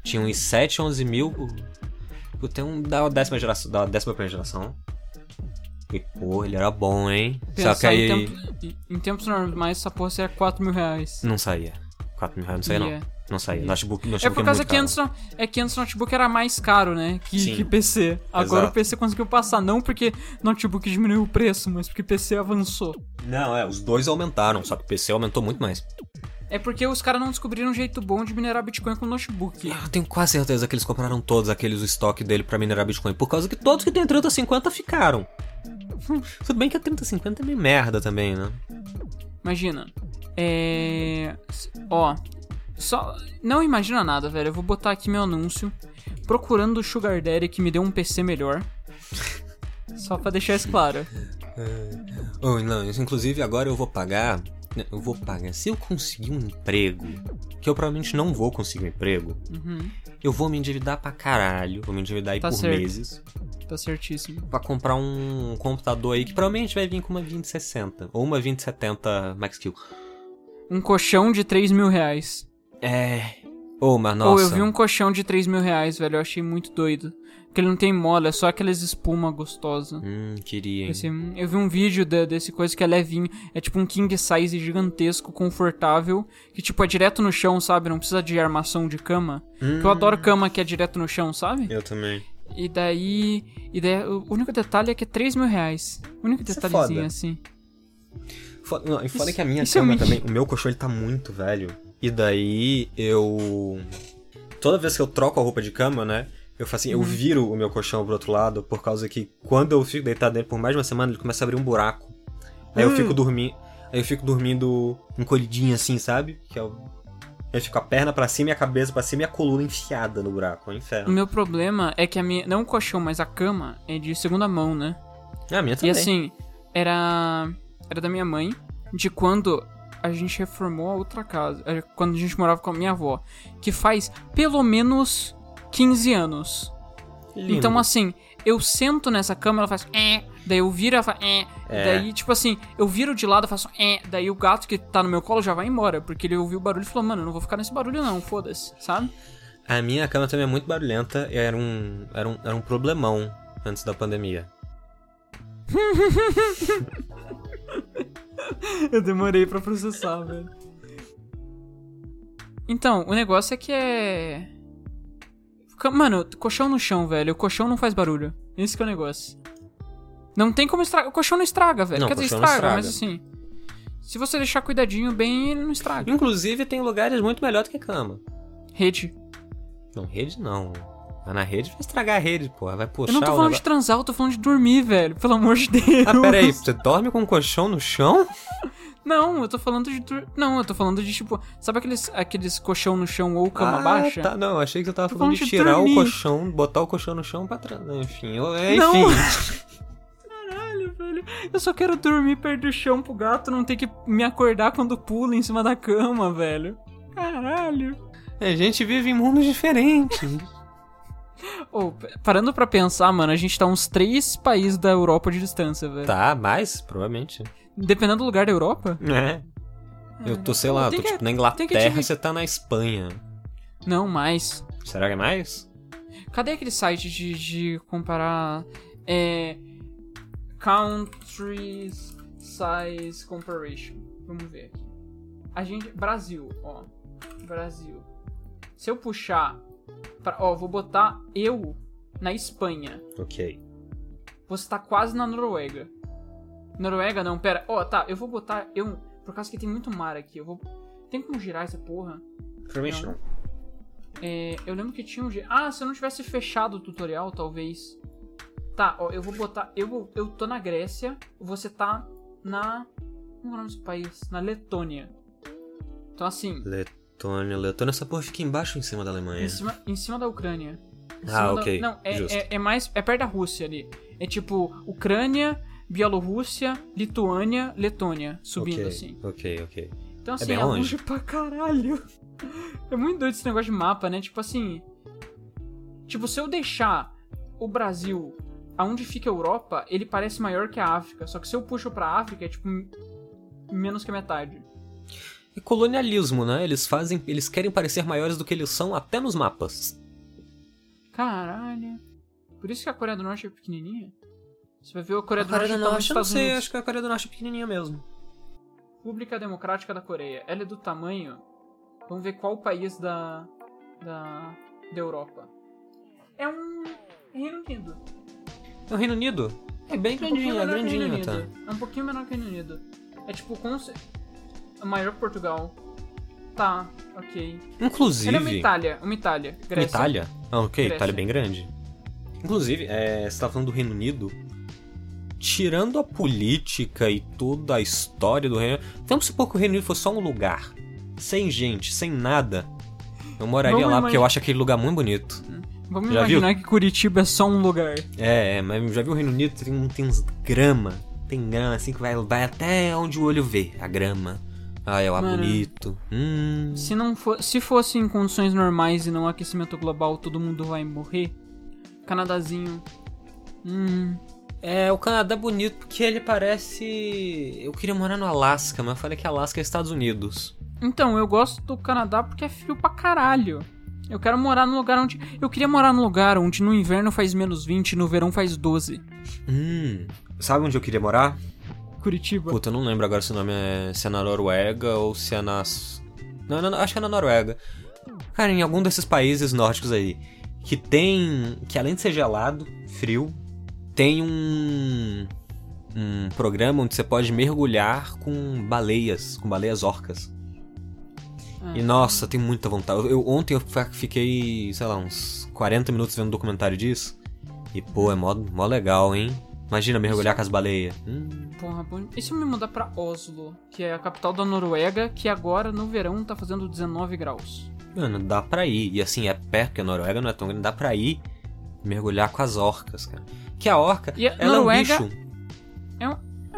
S2: tinha um uns 7, 11 mil. Eu tenho um da décima geração, da décima primeira geração. E pô, ele era bom, hein? Só que
S1: Pensar
S2: aí
S1: em, tempo- em tempos normais, essa porra seria 4 mil reais.
S2: não saía. 4 mil reais não saía,
S1: Ia.
S2: não. Não saía.
S1: Ia.
S2: Notebook,
S1: É
S2: notebook
S1: por causa
S2: muito
S1: que
S2: caro.
S1: antes, no- é que antes o notebook era mais caro, né? Que,
S2: Sim.
S1: que PC. Agora
S2: Exato.
S1: o PC conseguiu passar, não porque notebook diminuiu o preço, mas porque PC avançou.
S2: Não, é, os dois aumentaram, só que o PC aumentou muito mais.
S1: É porque os caras não descobriram um jeito bom de minerar Bitcoin com notebook.
S2: Eu tenho quase certeza que eles compraram todos aqueles o estoque dele pra minerar Bitcoin, por causa que todos que tem 3050 ficaram. Hum, Tudo bem que a 3050 é meio merda também, né?
S1: Imagina. É. s- Ó. Só. Não imagina nada, velho. Eu vou botar aqui meu anúncio. Procurando o Sugar Daddy que me deu um PC melhor. Só pra deixar isso claro.
S2: Oh, não, isso, inclusive agora eu vou pagar. né, Eu vou pagar. Se eu conseguir um emprego, que eu provavelmente não vou conseguir um emprego,
S1: Uhum.
S2: eu vou me endividar pra caralho. Vou me endividar aí
S1: Tá
S2: por
S1: certo.
S2: meses.
S1: Tá certíssimo.
S2: Pra comprar um computador aí que provavelmente vai vir com uma 2060 ou uma 2070 Max Kill.
S1: Um colchão de 3 mil reais.
S2: É. Ô, mas
S1: Ou
S2: nossa.
S1: eu vi um colchão de 3 mil reais, velho. Eu achei muito doido. Porque ele não tem mola, é só aquelas espuma gostosa.
S2: Hum, queria. hein?
S1: Pensei, hum, eu vi um vídeo de- desse coisa que é levinho. É tipo um king size gigantesco, confortável. Que tipo é direto no chão, sabe? Não precisa de armação de cama.
S2: Hum.
S1: Que eu adoro cama que é direto no chão, sabe?
S2: Eu também.
S1: E daí. E daí o único detalhe é que é 3 mil reais. O único
S2: Isso é
S1: detalhezinho
S2: foda.
S1: assim.
S2: Foda, não, e foda
S1: Isso-
S2: que a minha
S1: isso é
S2: cama
S1: muito-
S2: também. O meu colchão ele tá muito velho. E daí eu. Toda vez que eu troco a roupa de cama, né? Eu faço assim,
S1: Uhum.
S2: eu viro o meu colchão pro outro lado, por causa que quando eu fico deitado nele por mais de uma semana, ele começa a abrir um buraco. Aí eu
S1: Hum.
S2: fico dormindo. Aí eu fico dormindo encolhidinho assim, sabe? Que eu. Eu fico a perna pra cima e a cabeça pra cima e a coluna enfiada no buraco. É um
S1: O
S2: inferno.
S1: meu problema é que a minha. Não o colchão, mas a cama é de segunda mão, né?
S2: É, a minha
S1: E
S2: também.
S1: assim, era. Era da minha mãe, de quando a gente reformou a outra casa. é, Quando a gente morava com a minha avó. Que faz pelo menos 15 anos.
S2: Lindo.
S1: Então, assim, eu sento nessa cama, ela faz. É, daí eu viro, ela faz. É,
S2: É.
S1: Daí, tipo assim, eu viro de lado, eu faço. É, daí o gato que tá no meu colo já vai embora. Porque ele ouviu o barulho e falou, mano, eu não vou ficar nesse barulho, não, foda-se, sabe?
S2: A minha cama também é muito barulhenta e era um, era um, era um problemão antes da pandemia.
S1: Eu demorei pra processar, velho. Então, o negócio é que é. Fica- Mano, colchão no chão, velho. O colchão não faz barulho. Esse que é o negócio. Não tem como estragar. O colchão não estraga, velho.
S2: Não,
S1: Quer dizer,
S2: colchão não
S1: estraga, mas
S2: estraga.
S1: assim. Se você deixar cuidadinho bem, ele não estraga.
S2: Inclusive, tem lugares muito melhor do que cama.
S1: Rede.
S2: Não, rede não. Mas na rede vai estragar a rede, porra. Vai puxar
S1: eu não tô
S2: o
S1: falando de
S2: negócio.
S1: transar, eu tô falando de dormir, velho. Pelo amor de Deus.
S2: né? Ah, peraí, você dorme com um colchão no chão?
S1: Não, eu tô falando de. dur- Não, eu tô falando de tipo. Sabe aqueles, aqueles colchão no chão ou cama
S2: ah,
S1: baixa?
S2: Tá, não, achei que você tava
S1: Tô
S2: falando
S1: falando
S2: de
S1: de
S2: tirar o
S1: dormir.
S2: colchão, botar o colchão no chão pra trás. Enfim, eu- é, enfim.
S1: Não. Caralho, velho. Eu só quero dormir perto do chão pro gato não ter que me acordar quando pula em cima da cama, velho. Caralho.
S2: A gente vive em mundos diferentes.
S1: Ô, p- parando pra pensar, mano, a gente tá uns três países da Europa de distância, velho.
S2: tá, mas, provavelmente.
S1: Dependendo do lugar da Europa?
S2: É. Eu tô, sei lá,
S1: Tem
S2: tô
S1: que-
S2: tipo na
S1: tem que te-
S2: Inglaterra, você tá na Espanha.
S1: Não, mais.
S2: Será que é mais?
S1: Cadê aquele site de, de comparar. É. Countries Size Comparison. Vamos ver aqui. A gente. Brasil, ó. Brasil. Se eu puxar. pra- ó, vou botar eu na Espanha.
S2: Ok.
S1: Você tá quase na Noruega. Noruega não, pera. Ó, tá, eu vou botar eu. Por causa que tem muito mar aqui. Eu vou. Tem como girar essa porra?
S2: Provavelmente não.
S1: É, eu lembro que tinha um jeito. Ah, se eu não tivesse fechado o tutorial, talvez. Tá, ó, eu vou botar. Eu, vou- eu tô na Grécia, você tá na. Como é o nome desse país? Na Letônia. Então, assim,
S2: Letônia, Letônia, essa porra fica embaixo ou em cima da Alemanha?
S1: em cima, em cima da Ucrânia. Em
S2: Ah,
S1: cima da-
S2: ok,
S1: Não, é,
S2: justo.
S1: é, é mais. É perto da Rússia ali. É tipo Ucrânia, Bielorrússia, Lituânia, Letônia. Subindo
S2: Ok,
S1: assim.
S2: Ok, ok.
S1: Então, assim,
S2: bem
S1: é,
S2: longe.
S1: longe pra caralho. É muito doido esse negócio de mapa, né? Tipo assim. Tipo, se eu deixar o Brasil aonde fica a Europa, ele parece maior que a África. Só que se eu puxo pra África, é tipo. m- menos que a metade.
S2: E colonialismo, né? Eles fazem. Eles querem parecer maiores do que eles são até nos mapas.
S1: Caralho. Por isso que a Coreia do Norte é pequenininha? Você vai ver a Coreia do Norte é do
S2: eu não
S1: Estados
S2: sei,
S1: Unidos.
S2: acho que a Coreia do Norte é pequenininha mesmo.
S1: República Democrática da Coreia. Ela é do tamanho. Vamos ver qual país da. da. da Europa. É um. Reino Unido.
S2: É o Reino Unido? É bem grandinho, é
S1: um menor que o Reino
S2: grandinho,
S1: Unido.
S2: tá?
S1: É um pouquinho menor que o Reino Unido. É tipo com ce- maior que Portugal. Tá, ok. Ela é uma
S2: Inclusive.
S1: Itália, uma Itália.
S2: Uma
S1: Grécia.
S2: Itália? Ah, ok,
S1: Grécia.
S2: Itália é bem grande. Inclusive, é, você tá falando do Reino Unido. Tirando a política e toda a história do Reino Unido. Vamos supor que o Reino Unido fosse só um lugar. Sem gente, sem nada. Eu moraria
S1: Vamos
S2: lá porque eu
S1: imagi-
S2: acho aquele lugar muito bonito.
S1: Vamos
S2: Já
S1: imaginar que Curitiba é só um lugar.
S2: É, é, mas já viu o Reino Unido? Tem, um- tem uns grama. Tem grama assim que vai, vai até onde o olho vê a grama. Ah, é lá
S1: Mano.
S2: bonito. Hum.
S1: Se não for, se fosse em condições normais e não aquecimento global, todo mundo vai morrer. Canadazinho. Hum,
S2: É, o Canadá é bonito porque ele parece. Eu queria morar no Alasca, mas eu falei que Alasca é Estados Unidos.
S1: Então, eu gosto do Canadá porque é frio pra caralho. Eu quero morar num lugar onde. Eu queria morar num lugar onde no inverno faz menos 20 e no verão faz 12.
S2: Hum. Sabe onde eu queria morar?
S1: Curitiba.
S2: Puta, eu não lembro agora se o nome é. Se é na Noruega ou se é nas. Não, não, não, acho que é na Noruega. Cara, em algum desses países nórdicos aí. Que tem. Que além de ser gelado, frio, tem um. um programa onde você pode mergulhar com baleias, com baleias orcas. E nossa, tem muita vontade. Eu, eu- ontem eu fa- fiquei, sei lá, uns 40 minutos vendo um documentário disso. E pô, é mó, mó legal, hein? Imagina mergulhar com as baleias. Hum.
S1: Porra, bom. E se eu me mudar pra Oslo, que é a capital da Noruega, que agora no verão tá fazendo 19 graus?
S2: Mano, dá pra ir. E assim, é perto, porque a Noruega não é tão grande, dá pra ir mergulhar com as orcas, cara. Que a orca,
S1: E a
S2: ela é
S1: Noruega-
S2: um bicho.
S1: É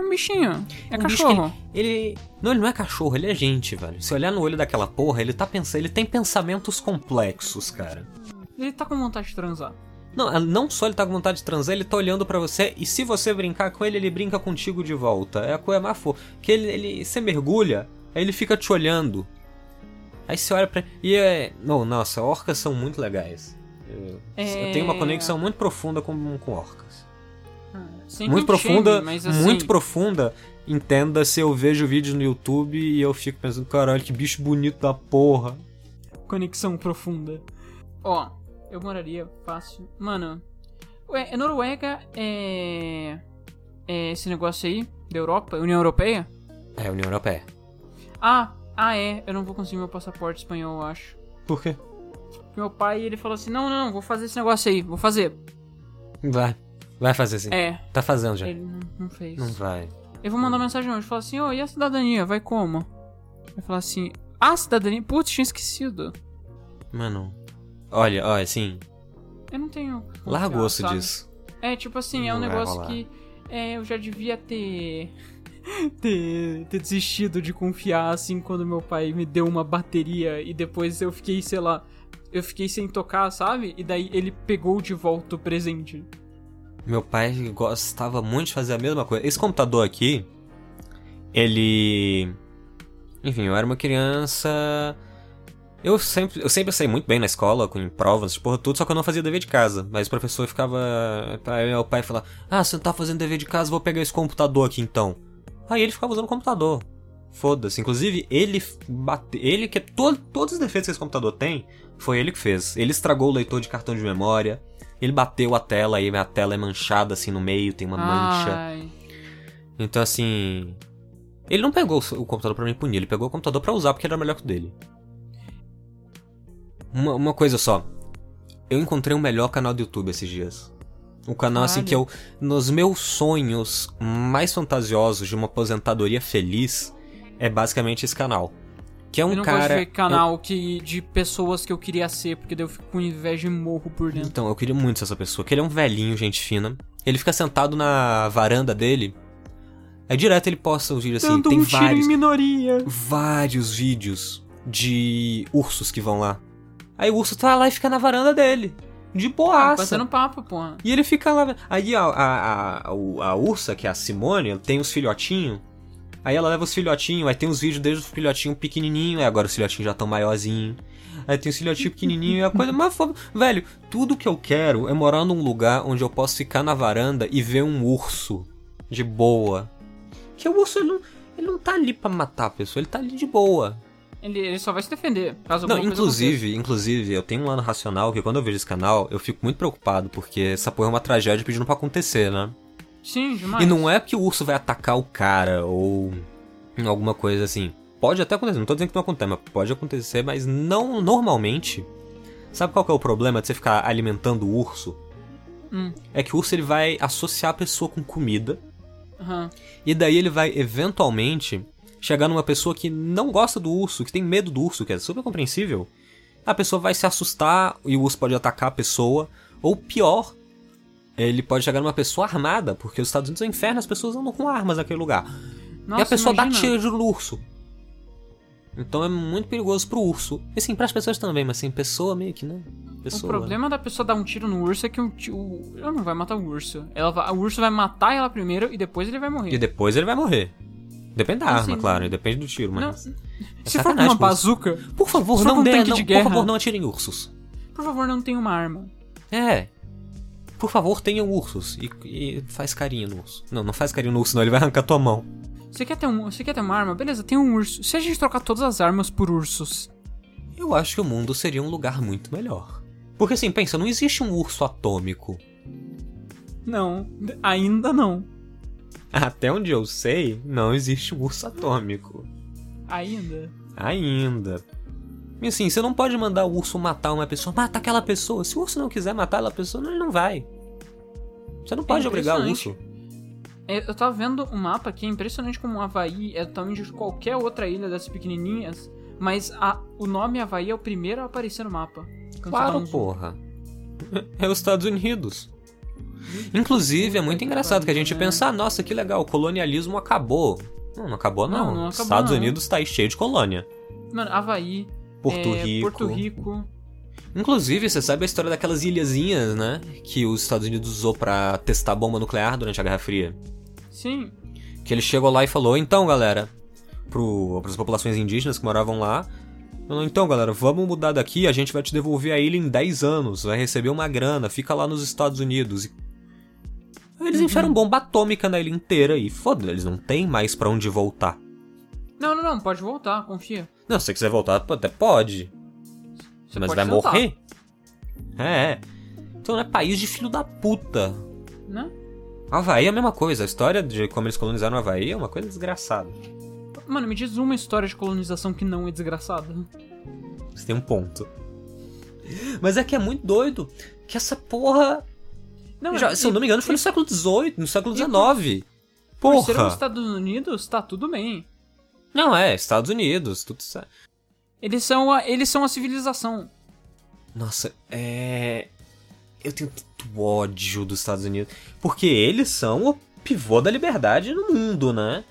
S1: um bichinho. É
S2: Um bicho que
S1: cachorro.
S2: Ele. Não, ele não é cachorro, ele é gente, velho. Se olhar no olho daquela porra, ele tá pensando. Ele tem pensamentos complexos, cara.
S1: Ele tá com vontade de transar.
S2: Não, não só ele tá com vontade de transar, ele tá olhando pra você e se você brincar com ele, ele brinca contigo de volta. É a coisa mais fofa. Que ele, ele você mergulha, aí ele fica te olhando. Aí você olha pra. E é. Não, nossa, orcas são muito legais. Eu,
S1: É.
S2: eu tenho uma conexão muito profunda com, com orcas.
S1: Sem
S2: muito
S1: kink shame,
S2: profunda,
S1: mas assim,
S2: muito profunda. Entenda se eu vejo vídeos no YouTube e eu fico pensando, caralho, que bicho bonito da porra.
S1: Conexão profunda. Ó, eu moraria fácil. Mano, ué, a Noruega é. É esse negócio aí da Europa, União Europeia?
S2: É, União Europeia.
S1: Ah, ah é, eu não vou conseguir meu passaporte espanhol, eu acho.
S2: Por quê?
S1: Meu pai, ele falou assim: não, não, vou fazer esse negócio aí, vou fazer.
S2: Vai. Vai fazer assim.
S1: É,
S2: Tá fazendo já.
S1: ele não, não fez.
S2: Não vai.
S1: Eu vou mandar mensagem hoje, falar assim: ô, e a cidadania? Vai como? Vai falar assim: ah, cidadania? Putz, tinha esquecido.
S2: Mano. Olha, olha, assim,
S1: Eu não tenho. confiança,
S2: larga o osso
S1: sabe?
S2: disso.
S1: É, tipo assim, é um
S2: Não vai
S1: negócio
S2: rolar.
S1: que é, eu já devia ter, ter. ter desistido de confiar, assim, quando meu pai me deu uma bateria e depois eu fiquei, sei lá. Eu fiquei sem tocar, sabe? E daí ele pegou de volta o presente.
S2: Meu pai gostava muito de fazer a mesma coisa. Esse computador aqui, ele. Enfim, eu era uma criança. Eu sempre, eu sempre saí muito bem na escola, com provas, essas porra, tudo, só que eu não fazia dever de casa. Mas o professor ficava. Aí meu pai falava: Ah, você não tá fazendo dever de casa, vou pegar esse computador aqui então. Aí ele ficava usando o computador. Foda-se. Inclusive, ele bate... Ele que. todo- todos os defeitos que esse computador tem, foi ele que fez. Ele estragou o leitor de cartão de memória. Ele bateu a tela aí, minha tela é manchada assim no meio, tem uma mancha.
S1: Ai,
S2: Então assim. Ele não pegou o computador pra me punir, ele pegou o computador pra usar porque era melhor que o dele. Uma, uma coisa só. Eu encontrei o melhor canal do YouTube esses dias. Um canal assim
S1: Caralho.
S2: que eu. Nos meus sonhos mais fantasiosos de uma aposentadoria feliz é basicamente esse canal. Que é um
S1: eu não gosto
S2: cara.
S1: de ver canal que, de pessoas que eu queria ser, porque daí eu fico com inveja e morro por dentro.
S2: Então, eu queria muito ser essa pessoa, que ele é um velhinho, gente fina. Ele fica sentado na varanda dele. Aí direto ele posta os vídeos assim,
S1: Dando
S2: tem
S1: um tiro
S2: vários
S1: em minoria.
S2: vários vídeos de ursos que vão lá. Aí o urso tá lá e fica na varanda dele. De
S1: Ah,
S2: boaça.
S1: passando papo, porra.
S2: E ele fica lá. Aí a, a, a, o- a ursa, que é a Simone, ela tem os filhotinhos. Aí ela leva os filhotinhos, aí tem os vídeos desde os filhotinhos pequenininho, aí agora os filhotinhos já estão maiorzinho. Aí tem os filhotinhos pequenininho, é a coisa mais fofa. Velho, tudo que eu quero é morar num lugar onde eu posso ficar na varanda e ver um urso de boa. Que o urso ele não, ele não tá ali pra matar a pessoa, ele tá ali de boa.
S1: Ele, ele só vai se defender. Caso
S2: Não,
S1: alguma coisa
S2: inclusive, inclusive, eu tenho um ano racional que quando eu vejo esse canal, eu fico muito preocupado, porque essa porra é uma tragédia pedindo pra acontecer, né?
S1: aconteça. Sim, demais.
S2: E não é que o urso vai atacar o cara ou alguma coisa assim. Pode até acontecer, não tô dizendo que não acontece, mas pode acontecer, mas não normalmente. Sabe qual que é o problema de você ficar alimentando o urso?
S1: Hum.
S2: É que o urso ele vai associar a pessoa com comida,
S1: Aham.
S2: e daí ele vai eventualmente chegar numa pessoa que não gosta do urso, que tem medo do urso, que é super compreensível. A pessoa vai se assustar e o urso pode atacar a pessoa, ou pior, ele pode chegar numa pessoa armada, porque os Estados Unidos é um inferno, as pessoas andam com armas naquele lugar.
S1: Nossa,
S2: e a pessoa dá
S1: imagina.
S2: tiro no urso. Então é muito perigoso pro urso. E sim, pras pessoas também, mas assim, pessoa meio que, né? Pessoa.
S1: O problema da pessoa dar um tiro no urso é que o, ti- o- ela não vai matar o urso. Ela vai- o urso vai matar ela primeiro e depois ele vai morrer.
S2: E depois ele vai morrer. Depende da
S1: Então,
S2: arma,
S1: assim,
S2: claro, e depende do tiro,
S1: não,
S2: mas.
S1: se
S2: É
S1: for com
S2: sacanagem
S1: uma
S2: com o urso.
S1: bazuca,
S2: Por favor,
S1: se for
S2: não
S1: com
S2: dê,
S1: tanque
S2: não,
S1: de
S2: por favor,
S1: guerra.
S2: não atirem ursos.
S1: por favor, não tenha uma arma.
S2: É. Por favor, tenham ursos. E, e faz carinho no urso. Não, não faz carinho no urso, não. Ele vai arrancar tua mão.
S1: Você quer ter, um, você quer ter uma arma? Beleza, tem um urso. Se a gente trocar todas as armas por ursos.
S2: Eu acho que o mundo seria um lugar muito melhor. Porque assim, pensa, não existe um urso atômico.
S1: Não, ainda não.
S2: Até onde eu sei, não existe um urso atômico.
S1: Ainda?
S2: Ainda. E assim, você não pode mandar o urso matar uma pessoa. Mata aquela pessoa. Se o urso não quiser matar aquela pessoa, não, ele não vai. Você não pode obrigar o urso.
S1: É, Eu tava vendo um mapa aqui, é impressionante como o Havaí é do tamanho de qualquer outra ilha dessas pequenininhas, mas a- o nome Havaí é o primeiro a aparecer no mapa. Quando você dá um
S2: Claro,
S1: zoom.
S2: tá porra. É os Estados Unidos. Inclusive, é muito
S1: que
S2: engraçado que a gente
S1: pariu, né?
S2: pensa, "Ah, nossa, que legal, o colonialismo acabou. Não, não acabou não.
S1: Não, não acabou,
S2: Estados
S1: não.
S2: Unidos tá aí cheio de colônia.
S1: Mano, Havaí,
S2: Porto,
S1: é,
S2: Rico.
S1: Porto Rico.
S2: Inclusive, você sabe a história daquelas ilhazinhas, né? Que os Estados Unidos usou pra testar bomba nuclear durante a Guerra Fria.
S1: Sim,
S2: Que ele chegou lá e falou: então, galera, pro, pras populações indígenas que moravam lá. falou, Então, galera, vamos mudar daqui, a gente vai te devolver a ilha em 10 anos, vai receber uma grana, fica lá nos Estados Unidos. E- Aí Eles
S1: Uhum.
S2: enfiaram bomba atômica na ilha inteira e foda, eles não têm mais pra onde voltar.
S1: Não, não, não, pode voltar, confia.
S2: Não, se você quiser voltar, pô, até pode,
S1: Você
S2: mas
S1: pode
S2: vai
S1: sentar,
S2: morrer. É, é. Então não é país de filho da puta.
S1: Né?
S2: Havaí é a mesma coisa, a história de como eles colonizaram o Havaí é uma coisa desgraçada.
S1: Mano, me diz uma história de colonização que não é desgraçada.
S2: Você tem um ponto. Mas é que é muito doido que essa porra.
S1: Não,
S2: já-
S1: é-
S2: se eu não me engano, foi no século XVIII, no século XIX.
S1: por ser um os
S2: Porra!
S1: Estados Unidos, tá tudo bem.
S2: Não, é, Estados Unidos, tudo é- certo.
S1: Eles são a, eles são a civilização.
S2: Nossa, é. Eu tenho tanto ódio dos Estados Unidos. Porque eles são o pivô da liberdade no mundo, né?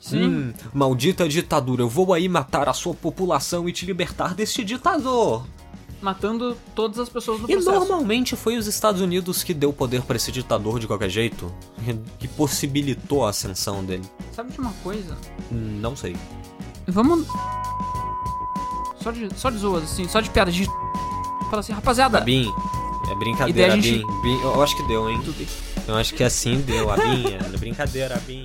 S1: Sim.
S2: Hum, maldita ditadura, eu vou aí matar a sua população e te libertar deste ditador.
S1: Matando todas as pessoas no
S2: E
S1: processo.
S2: normalmente foi os Estados Unidos que deu poder pra esse ditador de qualquer jeito, que possibilitou a ascensão dele.
S1: Sabe de uma coisa?
S2: Hum, Não sei.
S1: Vamos. Só de, só de zoas, assim, só de piada. A gente fala assim, rapaziada.
S2: Abin, é
S1: E daí
S2: brincadeira,
S1: a gente-
S2: Abin. Bin- Eu acho que deu, hein? Eu acho que assim deu, Abin. É brincadeira, Abin.